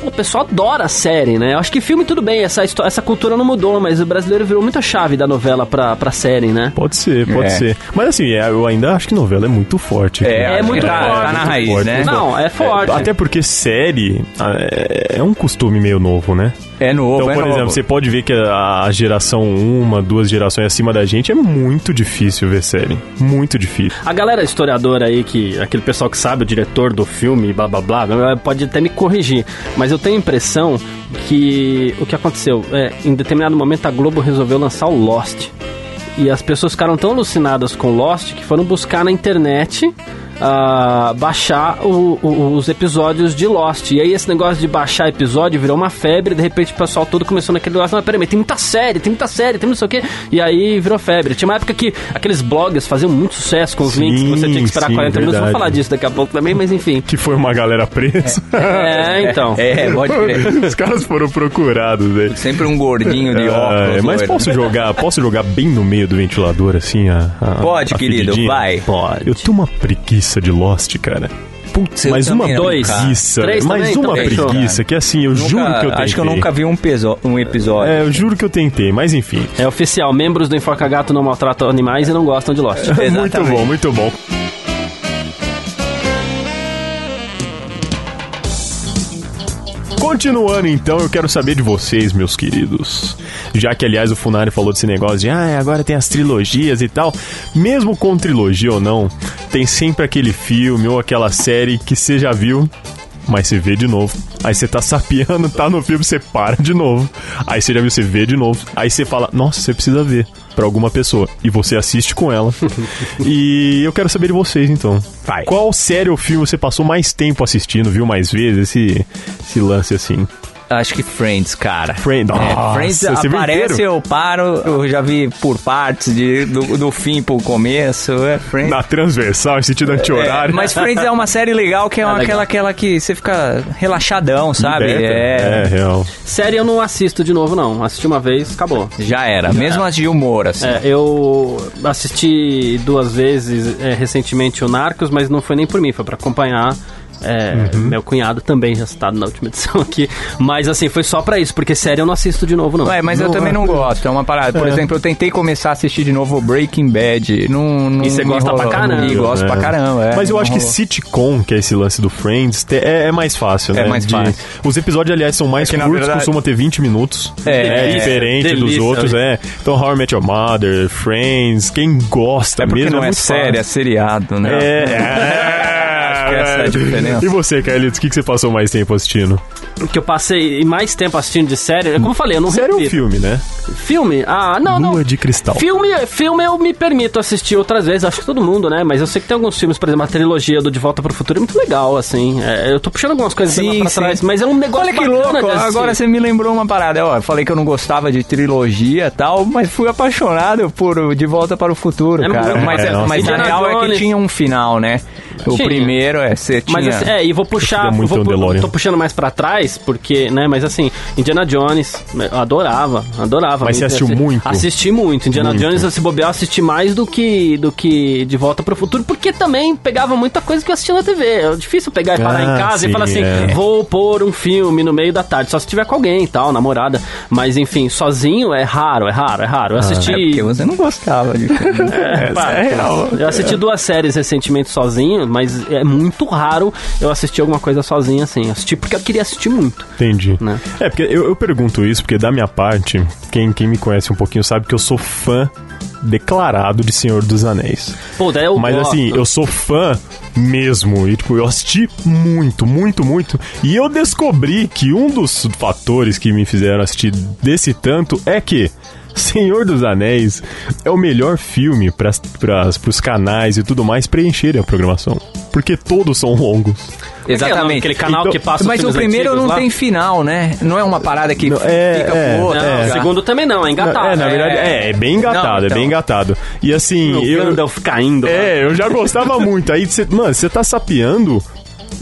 pô, o pessoal adora a série, né? Eu acho que filme tudo bem, essa, histó- essa cultura não mudou, mas o brasileiro virou muito a chave da novela pra, pra série, né? Pode ser, pode É. ser. Mas assim, é, eu ainda acho que novela é muito forte. cara. É muito tá, forte, Tá na muito raiz, forte, né? muito forte. Não, é forte. Até porque série ah, é, é um costume meio novo, né? É novo, Então, é por novo. exemplo, você pode ver que a a geração um, uma, duas gerações acima da gente é muito difícil ver série. Muito difícil. A galera historiadora aí, que aquele pessoal que sabe, o diretor do filme, blá blá blá, blá, blá, pode até me corrigir. Mas eu tenho a impressão que o que aconteceu é, em determinado momento a Globo resolveu lançar o Lost. E as pessoas ficaram tão alucinadas com Lost que foram buscar na internet ah, baixar o- o- os episódios de Lost. E aí esse negócio de baixar episódio virou uma febre, de repente o pessoal todo começou naquele negócio, mas peraí, mas tem muita série, tem muita série, tem não sei o quê. E aí virou febre. Tinha uma época que aqueles blogs faziam muito sucesso com os Sim, links, que você tinha que esperar sim, 40 minutos. Vou verdade. falar disso daqui a pouco também, mas enfim. Que foi uma galera presa. É, então. Ah, É, pode crer. Os caras foram procurados, né? Sempre um gordinho de óculos. Ah, mas loiro. posso jogar, posso jogar bem no meio do ventilador, assim, a, a- Pode, a querido, fedidinha? vai. Pode. Eu tenho uma preguiça de Lost, cara. Putz, eu mas uma também, dois. cara. preguiça, Três mais também? uma Então, fechou. preguiça, que assim, eu juro Nunca- que eu tentei. Acho que eu nunca vi um, peso- um episódio. É, eu juro que eu tentei, mas enfim. É oficial, membros do Enforca Gato não maltratam animais e não gostam de Lost. Exatamente. Muito bom, muito bom. Continuando então, eu quero saber de vocês, meus queridos. Já que, aliás, o Funari falou desse negócio de ah, agora tem as trilogias e tal. Mesmo com trilogia ou não, tem sempre aquele filme ou aquela série que você já viu, mas você vê de novo. Aí você tá sapeando, tá no filme, você para de novo. Aí você já viu, você vê de novo. Aí você fala, nossa, você precisa ver pra alguma pessoa. E você assiste com ela. e eu quero saber de vocês então. Vai. Qual série ou filme você passou mais tempo assistindo, viu mais vezes, esse, esse lance assim? Acho que Friends, cara. Friends. Nossa, é, Friends você viu aparece, inteiro? eu paro, eu já vi por partes, de, do, do fim pro começo, é Friends. Na transversal, em sentido É, anti-horário. mas Friends é uma série legal Ah, que é uma- aquela, aquela que você fica relaxadão, sabe? Liberta. É, é, real. Série eu não assisto de novo, não. Assisti uma vez, acabou. É, É. Já era. Mesmo as de humor, assim. É, eu assisti duas vezes é, recentemente o Narcos, mas não foi nem por mim, foi pra acompanhar. é, Uhum. Meu cunhado também já citado na última edição aqui. Mas assim, foi só pra isso, porque série eu não assisto de novo, não. Ué, mas eu também não gosto, é uma parada. Por exemplo, eu tentei começar a assistir de novo Breaking Bad. Não, não E você me gosta pra rolou. caramba. E gosto É. pra caramba, é. Mas eu Não acho que rolou. sitcom, que é esse lance do Friends, te- é, é mais fácil, É né? mais fácil. Os episódios, aliás, são mais É que, na curtos, verdade- costumam ter 20 minutos. É, né? é, diferente delícia, dos outros, é. Então, How I Met Your Mother, Friends, quem gosta É porque mesmo não é muito série, é fácil. seriado, né? É, Acho que essa é a diferença. E você, Carlitos, o que, que você passou mais tempo assistindo? Porque eu passei mais tempo assistindo de série. é Como eu falei, eu não Série ou repito. filme, né? Filme? Ah, não, não. Lua de Cristal. Filme, filme eu me permito assistir outras vezes, acho que todo mundo, né? Mas eu sei que tem alguns filmes, por exemplo, a trilogia do De Volta pro Futuro é muito legal, assim. É, eu tô puxando algumas coisas Sim, lá pra sim. trás, mas é um negócio Olha que bacana louco, de assistir. agora você me lembrou uma parada. Ó, eu falei que eu não gostava de trilogia e tal, mas fui apaixonado por De Volta para o Futuro, É cara. muito Mas, bom. mas a Indiana real é que Jones. tinha um final, né? O Tinha. primeiro Primeiro é, você tinha... Mas assim, é, e vou queria puxar. muito vou um pu- DeLorean. tô puxando mais pra trás, porque, né? Mas assim, Indiana Jones, eu adorava, adorava. Mas você assistiu Assi- muito? Assisti muito. Indiana Muito. Jones, se bobear, eu assisti mais do que, do que De Volta pro Futuro, porque também pegava muita coisa que eu assistia na TV. É difícil pegar e parar Ah, em casa sim, e falar assim, é. vou pôr um filme no meio da tarde, só se tiver com alguém e tal, namorada. Mas enfim, sozinho é raro, é raro, é Ah. raro. Eu assisti. É porque você não gostava de filme. né? Pá, É Eu assisti duas séries recentemente sozinho, mas é muito raro eu assistir alguma coisa sozinho assim. Eu assisti porque eu queria assistir muito. Entendi. Né? É, porque eu, eu pergunto isso, porque da minha parte, quem, quem me conhece um pouquinho sabe que eu sou fã declarado de Senhor dos Anéis. Pô, daí eu Mas gosto. assim, eu sou fã mesmo. E tipo, eu assisti muito, muito, muito. E eu descobri que um dos fatores que me fizeram assistir desse tanto é que. Senhor dos Anéis é o melhor filme para os canais e tudo mais preencherem a programação. Porque todos são longos. É Exatamente. Aquele canal Então- que passa os Mas o filmes primeiro antigos não lá. tem final, né? Não é uma parada que Não, é, fica é, pro outro. Não, É. o segundo também não, é engatado. É, é, na verdade, é, é bem engatado, Não, é então. bem engatado. E assim, O eu, Gandalf caindo. lá. É, eu já gostava muito. Aí, cê, mano, você tá sapeando.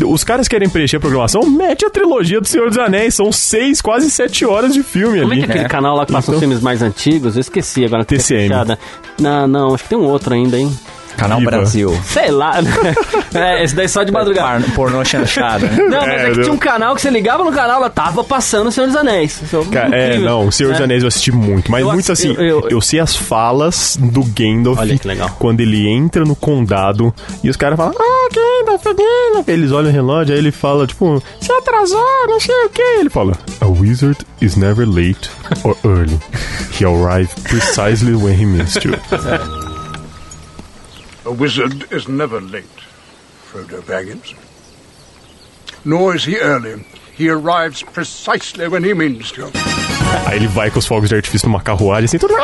Os caras querem preencher a programação, mete a trilogia do Senhor dos Anéis. São seis, quase sete horas de filme Como é ali. que é aquele canal lá que Então- passa os filmes mais antigos? Eu esqueci agora. que tá TCM. fechada. Não, não, acho que tem um outro ainda, hein? Canal Viva. Brasil. Sei lá. é, esse daí só de madrugada. Par- Pornô chanchada. né? Não, mas é que É, tinha um canal que você ligava no canal, ela tava passando o Senhor dos Anéis. Isso Ca- É, incrível. não, o Senhor dos É. Anéis eu assisti muito, mas Eu muito assi- assim, eu, eu- eu- sei as falas do Gandalf Olha que legal. quando ele entra no condado e os caras falam, ah, Gandalf, Gandalf. Eles olham o relógio, aí ele fala, tipo, você atrasou, não sei o que. Ele fala, a wizard is never late or early. He arrived precisely when he missed you. A wizard is never late, Frodo Baggins. Nor is he early. He arrives precisely when he means to. Aí ele vai com os fogos de artifício numa carruagem assim, tudo.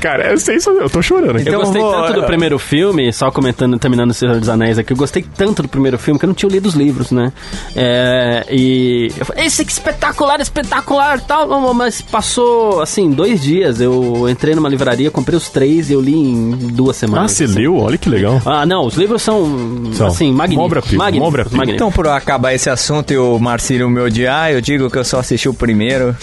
Cara, é sensacional. Eu tô chorando aqui. Eu Então gostei eu vou- tanto do eu- primeiro filme, só comentando, terminando o Senhor dos Anéis aqui, eu gostei tanto do primeiro filme que eu não tinha lido os livros, né? É, e eu falei, esse que espetacular, espetacular tal, mas passou, assim, dois dias, eu entrei numa livraria, comprei os três e eu li em duas Ah, semanas. você leu? Olha que legal. Ah, não, os livros são, São. assim, magníficos. Uma obra-prima, uma magníficos, obra-prima. magníficos. Então, por acabar esse assunto e o Marcílio me odiar, eu digo que eu só assisti o primeiro.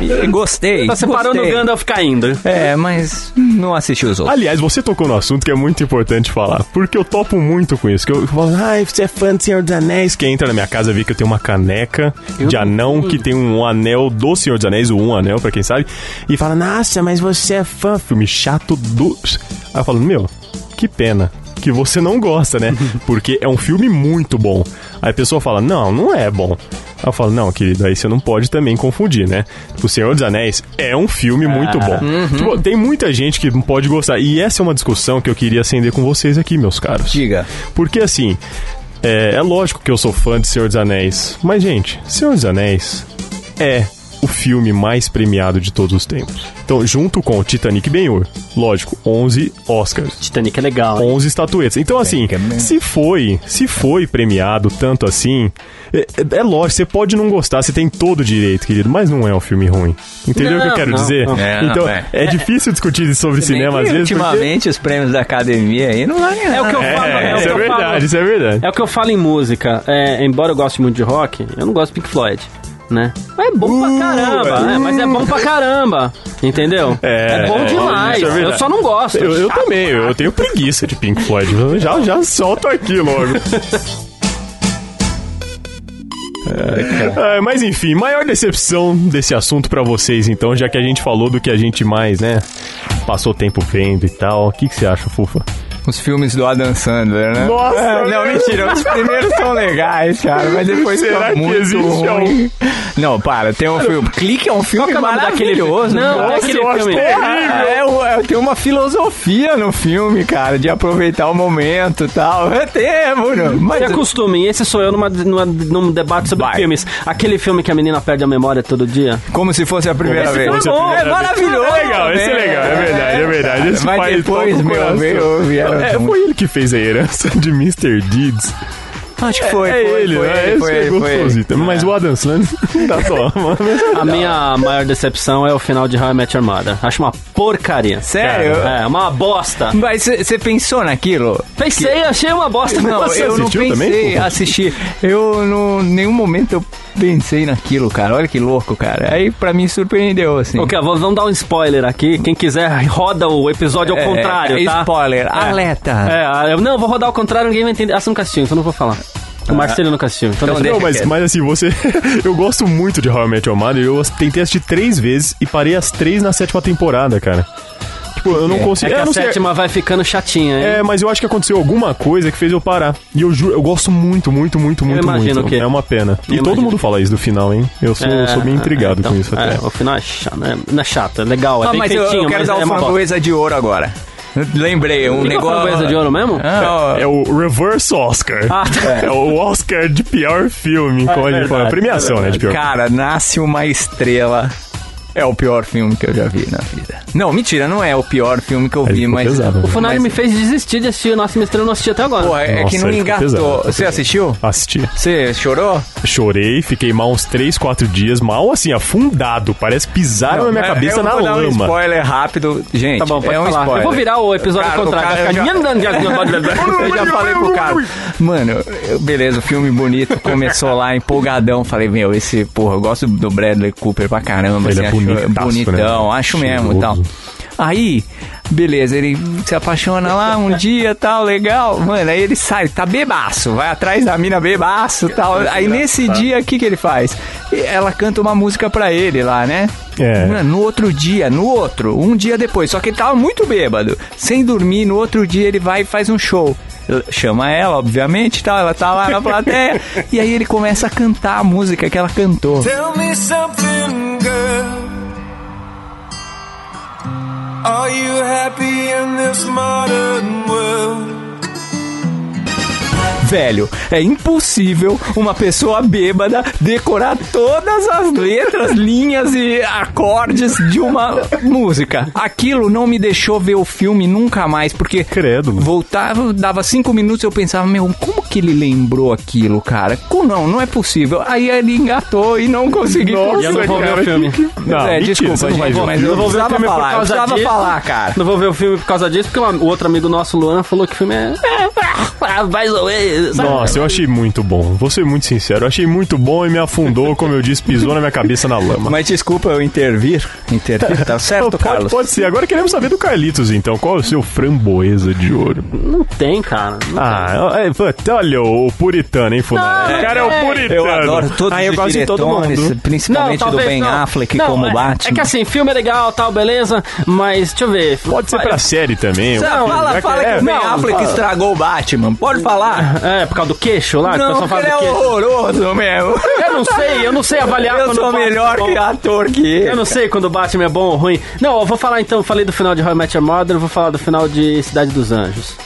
E gostei. Então, tá separando gostei. o Gandalf caindo. É, mas não assisti os outros. Aliás, você tocou no assunto que é muito importante falar, porque eu topo muito com isso. Que eu, eu falo, ai, você é fã do Senhor dos Anéis. Quem entra na minha casa vê que eu tenho uma caneca de anão que tem um anel do Senhor dos Anéis, o um anel, pra quem sabe, e fala, nossa, mas você é fã, filme chato do. Aí eu falo, meu, que pena. Que você não gosta, né? Porque é um filme muito bom. Aí a pessoa fala, não, não é bom. Aí eu falo, não, querido, aí você não pode também confundir, né? O Senhor dos Anéis é um filme muito bom. Tipo, tem muita gente que pode gostar. E essa é uma discussão que eu queria acender com vocês aqui, meus caros. Diga. Porque assim, é, é lógico que eu sou fã de Senhor dos Anéis. Mas, gente, Senhor dos Anéis é o filme mais premiado de todos os tempos. Então, junto com Titanic e Ben-Hur, lógico, 11 Oscars. Titanic é legal. hein? 11 estatuetas. Então, assim, que é mesmo. se foi, se foi premiado tanto assim, é, é lógico, você pode não gostar, você tem todo o direito, querido, mas não é um filme ruim. Entendeu o que eu Não, quero não, dizer? não. É, então, não, é. é. difícil discutir sobre Bem cinema que às vezes. porque- Ultimamente, os prêmios da academia aí não vai ganhar. É o que eu É, falo, é, o isso que é eu falo. verdade, isso é verdade. É o que eu falo em música. É, embora eu goste muito de rock, eu não gosto de Pink Floyd, né? Mas é bom Uh, pra caramba, né? Mas é bom pra caramba, entendeu? É, bom é, demais. isso é verdade. eu só não gosto. Eu, eu Chato. também, eu, eu tenho preguiça de Pink Floyd. Eu já, já solto aqui logo. É, mas enfim, maior decepção desse assunto pra vocês, então, já que a gente falou do que a gente mais, né? Passou tempo vendo e tal. O que, que você acha, Fufa? Os filmes do Adam Sandler, né? Nossa, É, não, velho. mentira. Os primeiros são legais, cara. Mas depois Será fica que muito existe algum? ruim. Não, para. Tem um filme... Clique é um filme Qual que é o nome daquele maravilhoso. filme? Não, cara. é aquele eu acho filme. terrível. É, o- é, tem uma filosofia no filme, cara, de aproveitar o momento e tal. É tempo, né? Se mas acostumem, esse sou eu numa, numa- num debate sobre Vai. filmes. Aquele filme que a menina perde a memória todo dia. como se fosse a primeira Esse vez. foi a é primeira vez. maravilhoso. É legal, esse é né? legal, é verdade, é verdade. Esse Mas pai depois, toca o meu, coração. veio- vieram- É, foi ele que fez a herança de Mr. Deeds. Acho que foi, É foi, ele, foi, né? ele, Esse foi, que é ele, foi ele. gostosito. Mas o Adam Sandler tá só, mano. A minha maior decepção é o final de How I Met Your Mother. Acho uma porcaria. Sério? É, uma bosta. Mas você pensou naquilo? Pensei, achei uma bosta. Não, Nossa, eu não assistiu pensei, também, pô? assisti. Eu, não, nenhum momento eu pensei naquilo, cara. Olha que louco, cara. Aí pra mim surpreendeu, assim. Ok, vou- vamos dar um spoiler aqui. Quem quiser, roda o episódio ao É, contrário, é, tá? Spoiler, alerta. É, ah, eu- não, eu vou rodar ao contrário, ninguém vai entender. Ah, você nunca assistiu, então não vou falar. Ah. O Marcelo nunca assistiu, então, deixa Não, quieto. mas, mas assim, você. eu gosto muito de How I Met Your Mother. Eu tentei assistir três vezes e parei as três na sétima temporada, cara. Tipo, eu não É consigo. que eu a não sei- sétima vai ficando chatinha, hein? É, mas eu acho que aconteceu alguma coisa que fez eu parar. E eu juro, eu gosto muito, muito, muito, muito, imagino muito. que- É uma pena. E Eu todo imagino. mundo fala isso do final, hein? Eu sou, É, sou bem intrigado então, com isso até. é, o final é chato, né? não é chato, é legal, é Ah, bem mas eu, feitinho, eu quero mas dar é uma uma bosta. framboesa de ouro agora. Lembrei, um Tem que negócio... uma coisa de ouro mesmo? Ah, ó. É o Reverse Oscar. Ah, É tá. É o Oscar de pior filme. como a gente fala. Premiação, é né? De pior. Cara, nasce uma estrela. É o pior filme que eu já vi na vida. Não, mentira, não é o pior filme que eu Aí vi, ficou mas. pesado, né? O Funari Mas- me fez desistir de assistir o Nossa Estrela, eu não assisti até agora. Pô, é Nossa, que não aí ficou engatou. pesado, ficou Você pesado. assistiu? Assisti. Você chorou? Chorei, fiquei mal uns 3, 4 dias, mal assim, afundado. Parece que pisaram Tá na minha Não, cabeça eu na vou dar um lama. spoiler rápido. Gente, Tá bom, pode é um falar. spoiler. Eu vou virar o episódio Cara, ao contrário. o cara vai ficar já- Eu já falei pro cara, mano, eu- beleza, o filme bonito começou lá empolgadão. Falei, meu, esse, porra, eu gosto do Bradley Cooper pra caramba, Ele é assim, acho bonitaço, bonitão, né? acho mesmo e tal. Cheiroso. Aí, beleza, ele se apaixona lá um dia tal, legal. Mano, aí ele sai, tá bebaço, vai atrás da mina bebaço tal. Aí nesse dia, o que, que ele faz? Ela canta uma música pra ele lá, né? É. Mano, no outro dia, no outro, um dia depois. Só que ele tava muito bêbado, sem dormir. No outro dia ele vai e faz um show. Chama ela, obviamente, e tal. Ela tá lá na plateia. e aí ele começa a cantar a música que ela cantou. Tell me something, girl. Are you happy in this modern world? Velho, é impossível uma pessoa bêbada decorar todas as letras, linhas e acordes de uma música. Aquilo não me deixou ver o filme nunca mais, porque Credo, mano. voltava, dava cinco minutos eu pensava, meu, como que ele lembrou aquilo, cara? Como não? Não é possível. Aí ele engatou e não consegui. Nossa, E eu não vou ver o cara, filme. que- Não, é, mentira, você desculpa, não vai gente, ver o mas filme. eu precisava filme por falar, eu causa precisava disso. falar, cara. Não vou ver o filme por causa disso, porque o outro amigo nosso, Luan, falou que o filme é. Ah, Mais ou menos. sabe? Nossa, eu achei muito bom. Vou ser muito sincero. Eu achei muito bom e me afundou, como eu disse, pisou na minha cabeça na lama. Mas desculpa eu intervir. Intervir, tá certo, pode, Carlos? pode ser. Agora queremos saber do Carlitos, então. Qual é o seu framboesa de ouro? Não tem, cara. Não Ah, é, puta, olha o, o puritano, hein, Funari? O cara é o puritano. Eu adoro todos Aí Ah, eu os gosto de todo diretones, mundo. principalmente do talvez Ben não. Affleck Não, como é, Batman. É que assim, filme é legal, tal, beleza, mas deixa eu ver. Pode ser pra série também. o Não, filme. fala, Já fala é, que o Ben não, Affleck fala. estragou o Batman. Pode falar? É, por causa do queixo lá, que o Não, pessoal porque fala ele é do queixo. horroroso mesmo. Eu não sei, eu não sei avaliar Eu quando sou o Batman melhor é bom. que ator que Eu ele. não sei quando o Batman é bom ou ruim. Não, eu vou falar então, eu falei do final de How I Met Your Mother, eu vou falar do final de Cidade dos Anjos.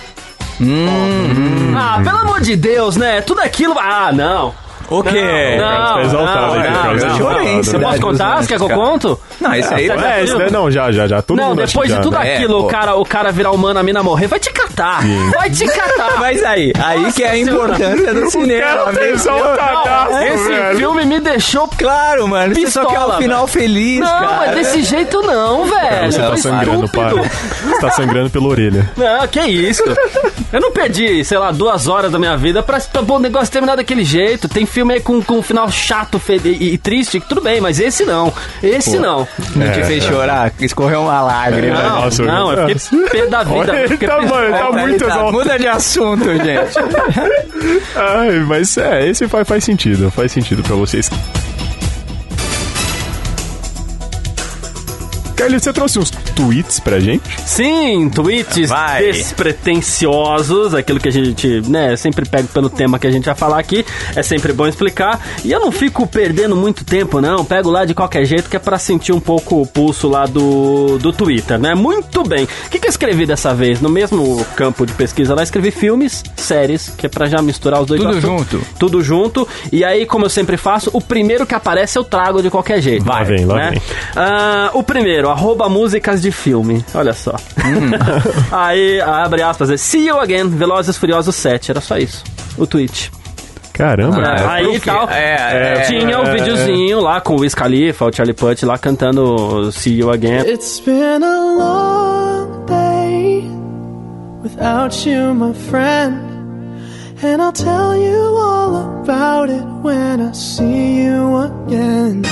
Hum. Ah, pelo amor de Deus, né? Tudo aquilo. Ah, não. O quê? Não, Carlos tá exaltado não, né? aqui, não, Carlos tá não. exaltado. Eu Você chorei, pode Cidade dos contar? Anjos, Você quer que eu cara. conto? Não, isso aí... Não, tá- É, isso daí não, já, já, já. Todo Não, mundo acha depois que já, de tudo né? né? aquilo, É, o, pô. cara, o cara virar humano, a mina morrer, vai te catar. Vai te catar. Mas aí, aí que é a Senhora. importância do cinema. cara tá meu. exaltadaço, Não, esse velho. filme me deixou. Claro, mano. Isso só que é Pistola, o final feliz, Não, cara. mas desse jeito não, velho. Você tá Foi sangrando, para. é estúpido. Você tá sangrando pela orelha. Não, que isso. Eu não perdi, sei lá, duas horas da minha vida pra pô, o negócio terminar daquele jeito. Tem filme aí com, com um final chato fe- e, e triste, tudo bem, mas esse não. Esse não. Não te É. fez chorar? Escorreu uma lágrima. Não, nossa, não, eu- eu fiquei pé da vida. Olha, eu fiquei tá, pé- mano, tá muito exaltado. Muda de assunto, gente. Ai, mas é, esse faz, faz sentido, faz sentido pra vocês. Carlinhos, você trouxe uns tweets pra gente? Sim, tweets Vai. despretensiosos, aquilo que a gente, né, sempre pega pelo tema que a gente vai falar aqui, é sempre bom explicar. E eu não fico perdendo muito tempo, não, pego lá de qualquer jeito que é pra sentir um pouco o pulso lá do, do Twitter, né? Muito bem. O que, que eu escrevi dessa vez? No mesmo campo de pesquisa lá, escrevi filmes, séries, que é pra já misturar os dois Tudo assuntos. junto. Tudo junto. E aí, como eu sempre faço, o primeiro que aparece eu trago de qualquer jeito. Lá vem, lá vem. né? Ah, o primeiro, arroba músicas de filme. Olha só. Hum. Aí, abre aspas, é, See You Again, Velozes e Furiosos 7. Era só isso, o tweet. Caramba, Ah, cara. Aí e tal. É, é. tinha o videozinho lá com o Wiz Khalifa, o Charlie Puth lá cantando See You Again. It's been a long day without you, my friend. And I'll tell you all about it when I see you again.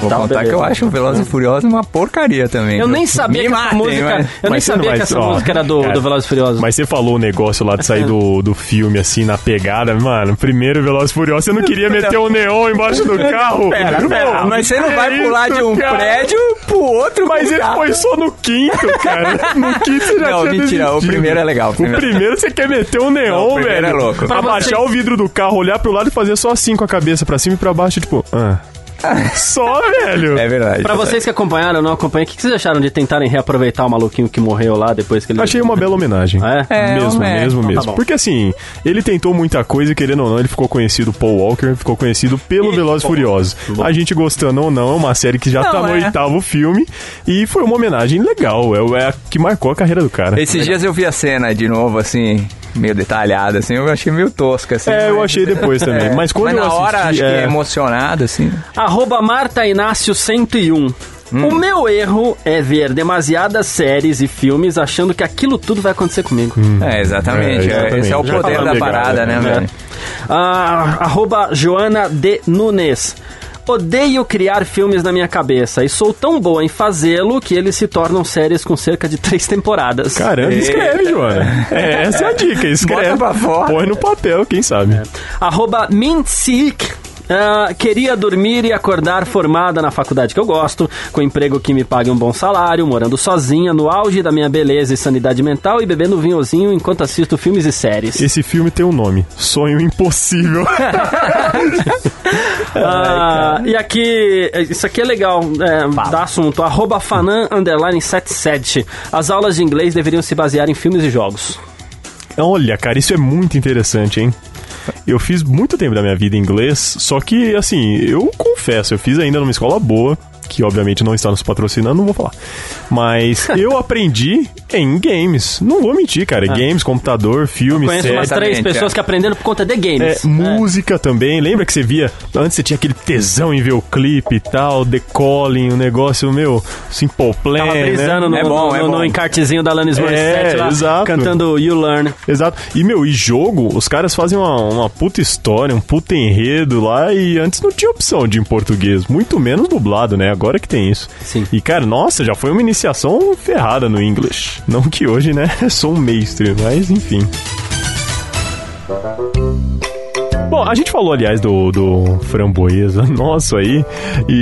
Vou Tá, contar beleza. que eu acho o Velozes e Furiosos uma porcaria também. Eu viu? nem sabia Me que essa matem, música. mas- Eu nem Mas você sabia não que vai- essa ó, música era do, cara, do Velozes e Furiosos. Mas você falou o negócio lá de sair do, do filme, assim, na pegada. Mano, primeiro Veloz Furioso, você não queria meter o neon embaixo do carro? Pera, Pô, pera, mas você não que vai isso, pular de um cara? prédio pro outro com Mas o ele carro. foi só no quinto, cara. No quinto você já Não, tinha mentira, o desistido. primeiro é legal, o O primeiro- primeiro, você quer meter um neon, Não, o primeiro velho. é louco. Pra Abaixar o vidro do carro, olhar pro lado e fazer só assim com a cabeça pra cima e pra baixo, tipo... Ah. Só, velho. É verdade. Pra vocês que acompanharam ou não acompanham, o que que vocês acharam de tentarem reaproveitar o maluquinho que morreu lá depois que ele. Achei uma bela homenagem. É? É, mesmo, é. Então mesmo, tá mesmo. bom. Porque assim, ele tentou muita coisa e querendo ou não, ele ficou conhecido Paul Walker, ficou conhecido pelo E- Velozes e Furiosos. A gente gostando ou não, é uma série que já Não, tá no é. oitavo filme e foi uma homenagem legal, é, o- é a que marcou a carreira do cara. Esses dias eu vi a cena de novo, assim, meio detalhada, assim, eu achei meio tosca, assim. É, eu achei depois também, É. mas quando na eu assisti, hora, acho que é, é emocionado, assim. Arroba Marta Inácio 101. O meu erro é ver demasiadas séries e filmes achando que aquilo tudo vai acontecer comigo. É, exatamente. É, exatamente. Esse é o Já poder falamos da legal, parada, né, né? velho? Ah, arroba Joana de Nunes. Odeio criar filmes na minha cabeça e sou tão boa em fazê-lo que eles se tornam séries com cerca de três temporadas. Caramba, escreve, Joana. É, essa é a dica, escreve. Bota pra fora. É. Põe no papel, quem sabe. Arroba Mintsik. Ah, queria dormir e acordar formada na faculdade que eu gosto, com emprego que me pague um bom salário, morando sozinha, no auge da minha beleza e sanidade mental e bebendo vinhozinho enquanto assisto filmes e séries. Esse filme tem um nome, Sonho Impossível. Ah, e aqui, isso aqui é legal, é, dá assunto. Arroba Fanan underline 77. As aulas de inglês deveriam se basear em filmes e jogos. Olha, cara, isso é muito interessante, hein? Eu fiz muito tempo da minha vida em inglês, só que, assim, eu confesso, eu fiz ainda numa escola boa, que obviamente não está nos patrocinando, não vou falar. Mas eu aprendi em games. Não vou mentir, cara. Games, computador, filme, Ah. Conheço série. umas três exatamente, pessoas é. que aprenderam por conta de É, games. música também. Lembra que você via. Antes você tinha aquele tesão em ver o clipe e tal, decolling, o negócio, meu, simple plan. Tava né? brisando no, É bom, no- é no bom. encartezinho da Alanis Morissette É, lá, exato. cantando You Learn. Exato. E, meu, e jogo, os caras fazem uma, uma puta história, um puta enredo lá, e antes não tinha opção de em português, muito menos dublado, né? Agora que tem isso. Sim. E, cara, nossa, já foi uma iniciação ferrada no English. Não que hoje, né, sou um mestre, mas enfim. Bom, a gente falou, aliás, do, do framboesa nosso aí,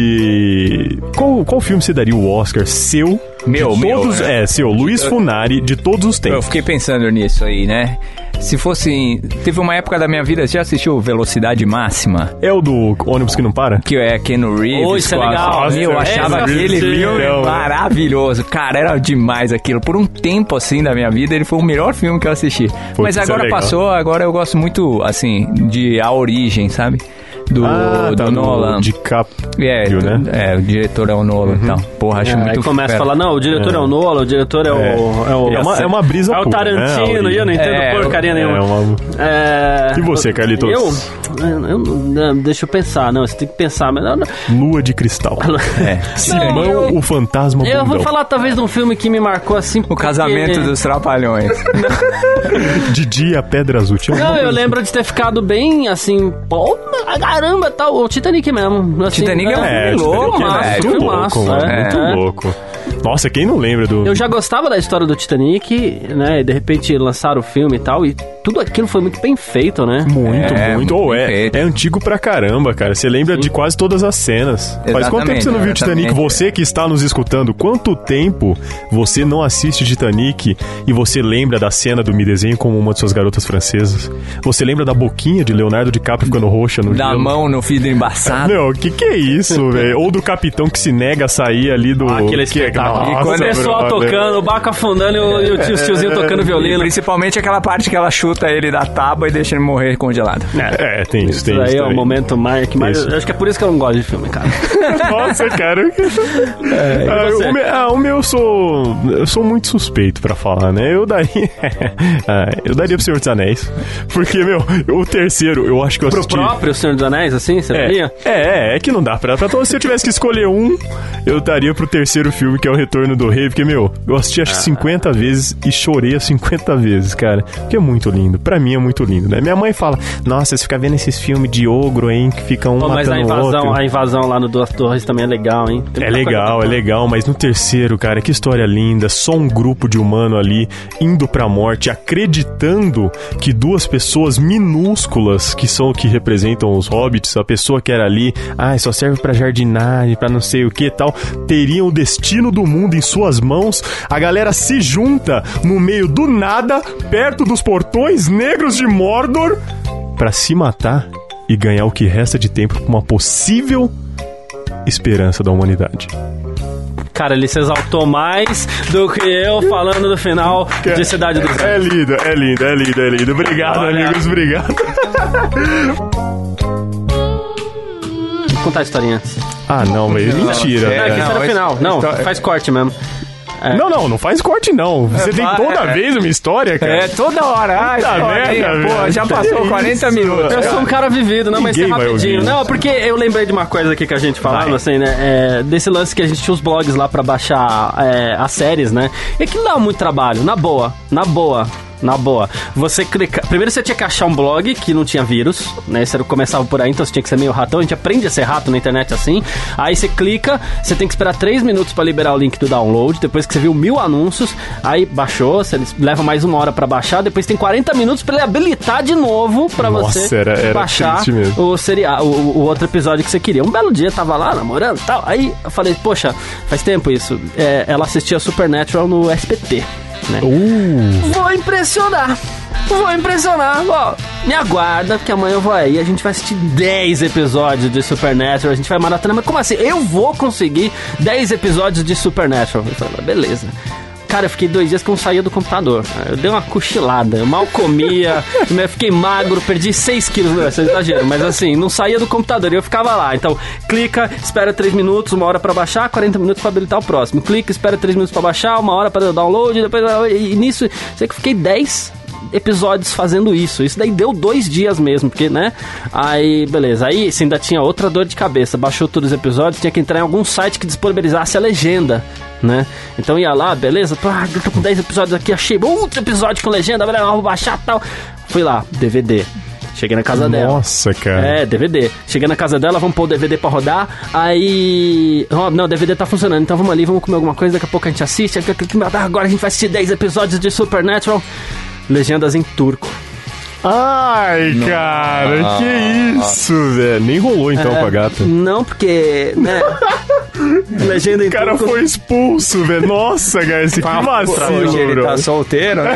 e qual, qual filme você daria o Oscar seu? de Meu, meu, todos, é. é. seu, Luiz Funari, de todos os Eu tempos. fiquei pensando nisso aí, né? Se fosse. Teve uma época da minha vida, você já assistiu Velocidade Máxima? É o do ônibus que não para? que é Keanu Reeves. Oh, isso é com a- legal. Meu, Eu Essa achava sim, aquele sim. filme Não, né? maravilhoso. Cara, era demais aquilo. Por um tempo, assim, da minha vida, ele foi o melhor filme que eu assisti. Mas isso é agora legal. passou, agora eu gosto muito, assim, de A Origem, sabe? Do, do Ah, no Nolan. DiCaprio, É, do- tá. né? é, o diretor é o Nolan, então. Porra, acho É, Aí muito começa a fera. falar, não, o diretor é, o Nola, o diretor é, o, o- É uma- é uma brisa É o pura, né, Tarantino, e eu não entendo É, porcaria nenhuma. É uma... É, E você, Carlitos? Eu, eu não- deixa eu pensar, não, você tem que pensar, mas não- não- Lua de Cristal. É. Simão, eu- o fantasma eu bundão. vou falar talvez de um filme que me marcou assim. O casamento dos trapalhões. Didi, a pedra azul. Tinha um- Não, alguma eu coisa lembro de ter ficado bem assim, pô, caramba, tal, o Titanic mesmo. assim, Titanic é um assim? filme É, louco, Titanic é velho. muito Filmaço, louco, mano, é. muito É. louco. Nossa, quem não lembra do... Eu já gostava da história do Titanic, né? E de repente lançaram o filme e tal, e tudo aquilo foi muito bem feito, né? Muito, É, muito muito. Ou bem é, feito. é antigo pra caramba, cara. Você lembra de quase todas as cenas. Faz quanto tempo Exatamente, você não viu Titanic? exatamente. Você que está nos escutando, quanto tempo você não assiste Titanic e você lembra da cena do Me Desenho como uma de suas garotas francesas? Você lembra da boquinha de Leonardo DiCaprio ficando roxa no Da gelo? mão no filho embaçado. Não, o que que é isso, velho? Ou do capitão que se nega a sair ali do... Ah, aquele que, espetáculo. Nossa, o pessoal brother. É. tocando, o Baco afundando e o, e o tio, os tiozinho tocando E violino. principalmente aquela parte que ela chuta ele da tábua e deixa ele morrer congelado. É, tem isso, tem Isso isso. daí é o também. momento mais, que mais. Isso. Acho que é por isso que eu não gosto de filme, cara. Nossa, cara. Ah, você? o, meu, ah, o meu eu sou. Eu sou muito suspeito pra falar, né? Eu daria. ah, eu daria pro Senhor dos Anéis. Porque, meu, o terceiro, eu acho que eu Pro assisti. próprio Senhor dos Anéis, assim, você É, daria? é, é que não dá pra. pra todo- se eu tivesse que escolher um, eu daria pro terceiro filme, que é O Retorno do Rei, porque, meu, eu assisti Ah. acho que 50 vezes e chorei as 50 vezes, cara. Porque é muito lindo. Pra mim é muito lindo, né? Minha mãe fala: Nossa, você fica vendo esses filmes de ogro, hein? Que fica um Pô, mas a matando o invasão, outro. a invasão lá no Duas Torres também é legal, hein? Tem É muita legal, é coisa legal, mas no terceiro, cara, que história linda. Só um grupo de humano ali indo pra morte, acreditando que duas pessoas minúsculas, que são que representam os hobbits, a pessoa que era ali, ah, só serve pra jardinagem, pra não sei o que e tal, teriam o destino do mundo em suas mãos. A galera se junta no meio do nada, perto dos portões negros de Mordor, pra se matar e ganhar o que resta de tempo com uma possível esperança da humanidade. Cara, ele se exaltou mais do que eu falando do final de Cidade dos Anjos. É lindo, é lindo, é lindo, é lindo. Obrigado, Olha. amigos, obrigado. Vou contar a historinha antes. Ah, não, mas mentira. sério, né? Esse era o esse- final. Não, esse tá- faz corte mesmo. Não, não, não faz corte, não. Você tem vai, toda é. vez uma história, cara. É, toda hora. Ai, Puta olha aí, merda, pô, velho. já passou Que 40 isso, minutos. Eu sou um cara vivido, não, mas ser Ninguém vai rapidinho. ouvir. Não, porque eu lembrei de uma coisa aqui que a gente falava, assim, né? É, desse lance que a gente tinha os blogs lá pra baixar é, as séries, né? E aquilo dá muito trabalho, na boa, na boa. Na boa, você clica. Primeiro você tinha que achar um blog que não tinha vírus, né? Você começava por aí, então você tinha que ser meio ratão. A gente aprende a ser rato na internet assim. Aí você clica, você tem que esperar 3 minutos pra liberar o link do download. Depois que você viu mil anúncios, aí baixou, você leva mais uma hora pra baixar. Depois tem 40 minutos pra ele habilitar de novo pra Nossa, você era- era baixar triste mesmo. o seria o, o outro episódio que você queria. Um belo dia tava lá namorando e tal. Aí eu falei, poxa, faz tempo isso. É, ela assistia Supernatural no SPT. Né? Vou impressionar. Vou impressionar. Ó, me aguarda, porque amanhã eu vou aí. A gente vai assistir 10 episódios de Supernatural. A gente vai maratonar. Mas como assim? Eu vou conseguir 10 episódios de Supernatural. Eu falei, "Ah, beleza. Cara, eu fiquei dois dias que eu não saía do computador. Eu dei uma cochilada, eu mal comia, eu fiquei magro, perdi 6 quilos. Não, isso é exagero, mas assim, não saía do computador e eu ficava lá. Então, clica, espera 3 minutos, uma hora pra baixar, 40 minutos pra habilitar o próximo. Clica, espera 3 minutos pra baixar, uma hora pra download, depois. E nisso, sei que eu fiquei 10 episódios fazendo isso. Isso daí deu dois dias mesmo, porque, né? Aí, beleza. Aí você ainda tinha outra dor de cabeça. Baixou todos os episódios, tinha que entrar em algum site que disponibilizasse a legenda, né? Então ia lá, beleza? Ah, eu tô com 10 episódios aqui, achei outro episódio com legenda, beleza, vou baixar tal. Fui lá, DVD. Cheguei na casa dela. Nossa, cara. É, DVD. Cheguei na casa dela, vamos pôr o DVD pra rodar. Aí. ó, não, o DVD tá funcionando, então vamos ali, vamos comer alguma coisa, daqui a pouco a gente assiste. Agora a gente vai assistir 10 episódios de Supernatural. Legendas em turco. Ai, cara, que isso, velho. Nem rolou então com a gata. Não, porque. Né? Legenda em O cara turco. foi expulso, velho. Nossa, cara, esse que vacilo, Hoje ele bro. tá solteiro, né?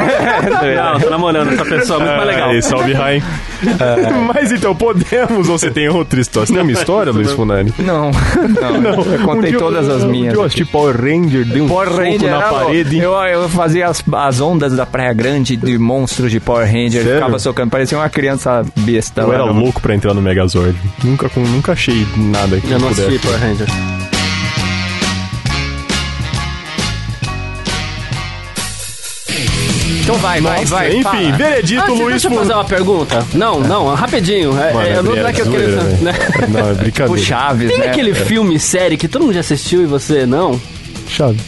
Não, tô namorando essa pessoa, é muito mais legal. Aí, É, salve, Rain. Mas então, podemos ou você tem outra história? Você tem uma história, Luiz Funani? Não, não, Eu contei Um dia todas eu- as um minhas. dia Eu assisti Power Ranger, dei um Power soco Ranger na era louco. parede. Eu, eu fazia as, as ondas da Praia Grande de monstros de Power Ranger. Sério? Ficava socando, parecia uma criança besta. Eu lá era no- louco pra entrar no Megazord. Nunca, com- nunca achei nada que Eu não pudesse. assisti Power Ranger. Então vai, vai, Nossa, vai. Enfim, fala. veredito, Antes, Luiz Ah, deixa eu fazer Funani. uma pergunta. Não, não, rapidinho. É, Mano, é, eu não não é que eu quero. zoeira, É. né? velho. Não, é O brincadeira. Chaves, Tem né? aquele filme, série que todo mundo já assistiu e você não? Chave.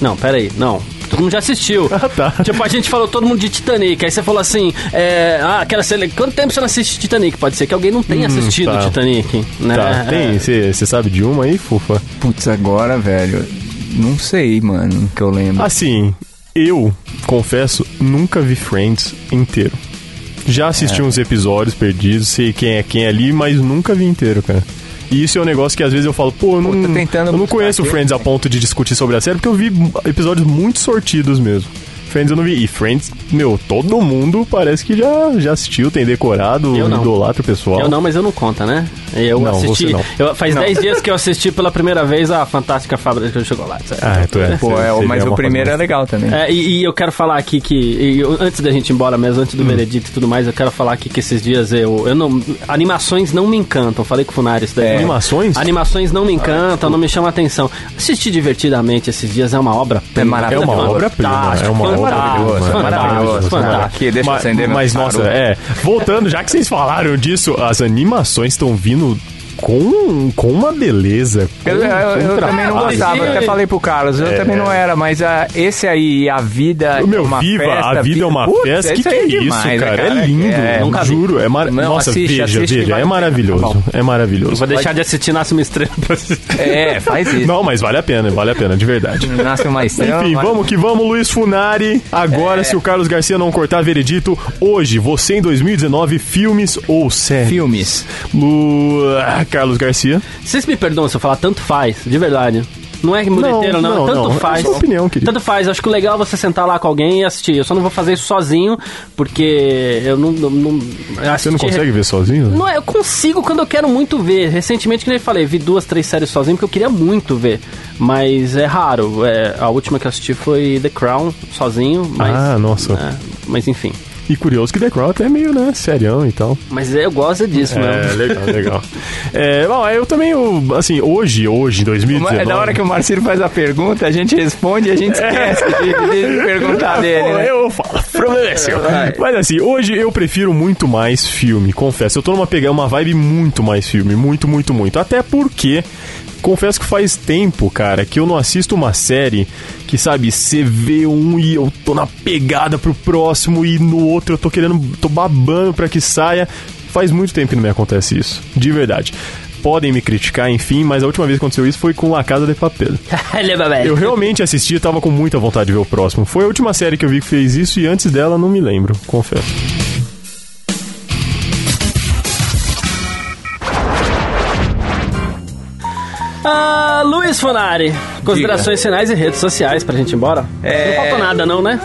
Não, peraí, não. Todo mundo já assistiu. Ah, tá. Tipo, a gente falou todo mundo de Titanic. Aí você falou assim: é, Ah, aquela série. Quanto tempo você não assiste Titanic? Pode ser que alguém não tenha assistido tá. Titanic, né? Tá, tem. Você sabe de uma aí, Fufa? Putz, agora, velho. Não sei, mano, que eu lembro. Assim, eu, confesso, nunca vi Friends inteiro. Já É. assisti uns episódios perdidos, sei quem é quem ali, mas nunca vi inteiro, cara. E isso é um negócio que às vezes eu falo, pô, eu não, Pô, tô tentando eu não buscar conheço aqui. Friends a ponto de discutir sobre a série, porque eu vi episódios muito sortidos mesmo. Friends eu não vi. E Friends, meu, todo mundo parece que já, já assistiu, tem decorado, Eu não. idolatra o pessoal. Eu não, é. mas eu não conta, né? Eu Não, assisti. você não. eu- faz 10 dias que eu assisti pela primeira vez a Fantástica Fábrica de Chocolate. Ah, tu é. Pô, é, seria mas uma o coisa primeiro é mais- legal também. É, e, e eu quero falar aqui que, e eu- antes da gente ir embora mesmo, Hum. antes do veredito e tudo mais, eu quero falar aqui que esses dias eu, eu não. Animações não me encantam. Falei com o Funari isso daí. É. Animações? Animações não me encantam, não me chamam a atenção. Assistir divertidamente esses dias é uma obra-prima. É maravilhoso. É uma obra-prima, Fantástico, é uma fantástico, obra-prima, maravilhoso, né? Fantástico, maravilhoso. fantástico. Aqui, deixa eu Mas, acender meu mas nossa, charuto. é. Voltando, já que vocês falaram disso, as animações estão vindo com, com uma beleza. Com, Eu, eu- eu com um também não trabalho. gostava, eu até falei pro Carlos, eu também não era, mas ah, esse aí, a vida É. Meu, é uma viva, festa. a vida é uma Putz, festa. Que esse que aí é isso, demais, né, cara? É lindo, É, não nunca vi. juro. É mar... Não, Nossa, assiste, veja, assiste que vale veja. É a pena. Tá maravilhoso. bom. É maravilhoso. Vou deixar de assistir Nasce uma Estrela pra assistir. É, faz isso. Não, mas vale a pena, vale a pena, de verdade. Nasce uma estrela. Enfim, mas- vamos que vamos, Luiz Funari. Agora, se o Carlos Garcia não cortar veredito, hoje, você em 2019, filmes ou séries? Filmes. Lu... ah, Carlos Garcia. Vocês me perdoam se eu falar tanto faz, de verdade. Não é mureteiro, não, não, tanto não. É faz. sua opinião, querido. Tanto faz, acho que o legal é você sentar lá com alguém e assistir. Eu só não vou fazer isso sozinho, porque eu não. não, não Você não consegue ver sozinho? Não, é, eu consigo quando eu quero muito ver. Recentemente, que nem eu falei, vi duas, três séries sozinho porque eu queria muito ver. Mas é raro. É, a última que eu assisti foi The Crown, sozinho. Mas, Ah, nossa. é, mas enfim. E curioso que The Crown até é meio, né, serião e tal. Mas eu gosto disso É, mesmo. legal, legal. É, bom, eu também, eu, assim, hoje, hoje, em 2019... É da hora que o Marcelo faz a pergunta, a gente responde e a gente esquece de, de perguntar dele, Pô, né? Eu falo, o problema é seu. Mas assim, hoje eu prefiro muito mais filme, confesso. Eu tô numa pegada, uma vibe muito mais filme, muito, muito, muito. Até porque. Confesso que faz tempo, cara, que eu não assisto uma série que, sabe, você vê um e eu tô na pegada pro próximo e no outro eu tô querendo, tô babando pra que saia. Faz muito tempo que não me acontece isso, de verdade. Podem me criticar, enfim, mas a última vez que aconteceu isso foi com La Casa de Papel. Leva bem. Eu realmente assisti e tava com muita vontade de ver o próximo. Foi a última série que eu vi que fez isso e antes dela não me lembro, confesso. Ah, Luiz Fonari, considerações, sinais e redes sociais pra gente ir embora? Não É. falta nada, não, né?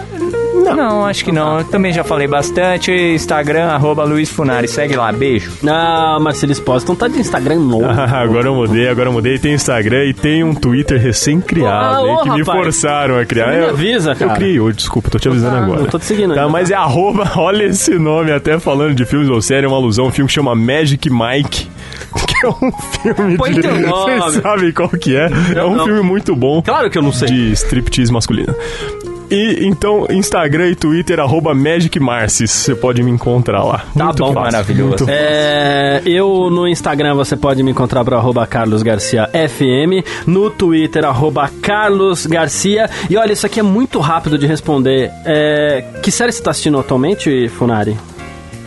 Não, acho que não. Eu também já falei bastante. Instagram, arroba Luiz Funari. Segue lá, beijo. Ah, Marcelo Espósito, não tá de Instagram novo. Ah, agora eu mudei, agora eu mudei. Tem Instagram e tem um Twitter Ah, recém-criado, hein, ô, que me rapaz. forçaram a criar. Você me Ah, Eu- avisa, Eu cara. criei hoje, desculpa, tô te avisando Ah, agora. não tô te seguindo Tá, ainda. mas é arroba, olha esse nome, até falando de filmes ou série, é uma alusão, um filme que chama Magic Mike. Que é um filme Põe de... teu nome. Vocês sabem qual que é. É um não. filme muito bom. Claro que eu não sei. de striptease masculina. E então, Instagram e Twitter, arroba Magic Marcis. Você pode me encontrar lá. Tá bom, maravilhoso. muito fácil. É, eu no Instagram você pode me encontrar por arroba Carlos Garcia FM, no Twitter arroba Carlos Garcia. E olha, isso aqui é muito rápido de responder. É, que série você tá assistindo atualmente, Funari?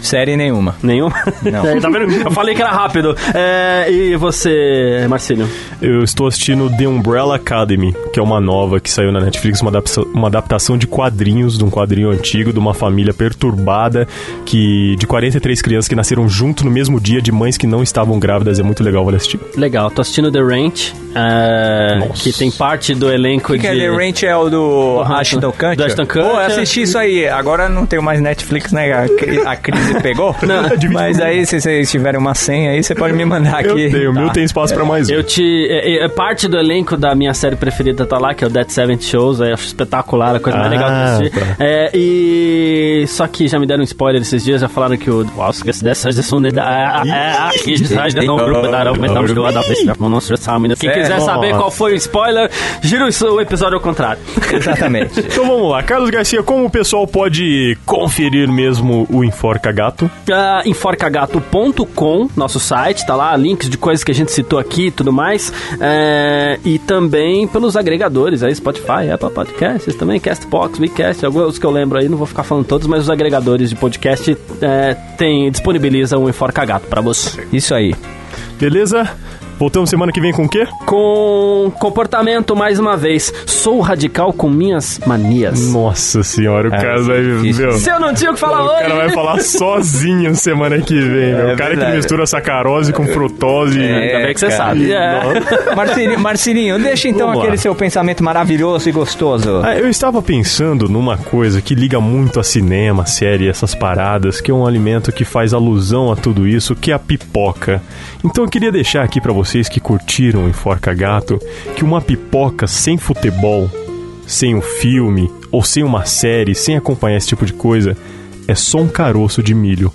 Série nenhuma. Nenhuma? Não. É, tá vendo? Eu falei que era rápido. É, e você, Marcílio? Eu estou assistindo The Umbrella Academy, que é uma nova que saiu na Netflix, uma adaptação, uma adaptação de quadrinhos, de um quadrinho antigo, de uma família perturbada, que de 43 crianças que nasceram junto no mesmo dia, de mães que não estavam grávidas. É muito legal, vale assistir. Legal, tô assistindo The Ranch, é, Nossa. que tem parte do elenco Que de... é The Ranch é o do Uhum. Ashton Kutcher? Do Ashton Kutcher. Pô, eu assisti isso aí. Agora não tenho mais Netflix, né? A, cri- a crise pegou. Mas aí, se vocês tiverem uma senha aí, você pode me mandar aqui. Eu tenho, o meu Tá. tem espaço pra mais um. É Eu te. É, é- é parte do elenco da minha série preferida tá lá, que é o Dead Seventh Shows, é espetacular, a coisa mais Ah, legal de assistir. tá. É, e. Só que já me deram um spoiler esses dias, já falaram que o. Uau, esqueci dessa sessão de. Quem quiser Certo. saber qual foi o spoiler, gira o seu episódio ao contrário. Exatamente. Então vamos lá, Carlos Garcia, como o pessoal pode conferir mesmo o Enforca Gato? Ah, enforcagato.com, nosso site, tá lá, links de coisas que a gente citou aqui e tudo mais. É, e também pelos agregadores aí, Spotify, Apple Podcasts, também Castbox, WeCast, alguns que eu lembro aí, não vou ficar falando todos, mas os agregadores de podcast eh, é, tem, disponibilizam o Enforca Gato pra você. Isso aí. Beleza? Voltamos semana que vem com o quê? Com comportamento, mais uma vez. Sou radical com minhas manias. Nossa senhora, o cara vai. Meu, Se eu não tinha o que falar É, o hoje. cara vai falar sozinho semana que vem, meu. O cara que verdade. mistura sacarose com frutose. né? Ainda bem que você sabe. É. Marcelinho, Marcelinho, deixa então Vamos lá. aquele seu pensamento maravilhoso e gostoso. Ah, eu estava pensando numa coisa que liga muito a cinema, série, essas paradas, que é um alimento que faz alusão a tudo isso, que é a pipoca. Então eu queria deixar aqui pra vocês que curtiram o Enforca Gato que uma pipoca sem futebol, sem um filme ou sem uma série, sem acompanhar esse tipo de coisa, é só um caroço de milho.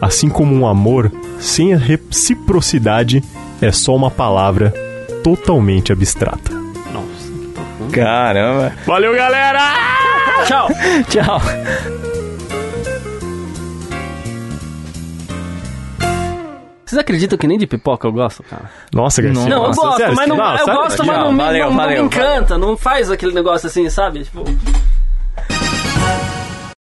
Assim como um amor sem a reciprocidade é só uma palavra totalmente abstrata. Caramba. Valeu, galera! Tchau. Tchau. Vocês acreditam que nem de pipoca eu gosto, cara? Nossa, Garcia. Não, nossa, eu gosto, sério, mas não, é, não, eu sabe? gosto, mas não, me- Valeu, não- não valeu, me encanta. Não faz aquele negócio assim, sabe? Tipo,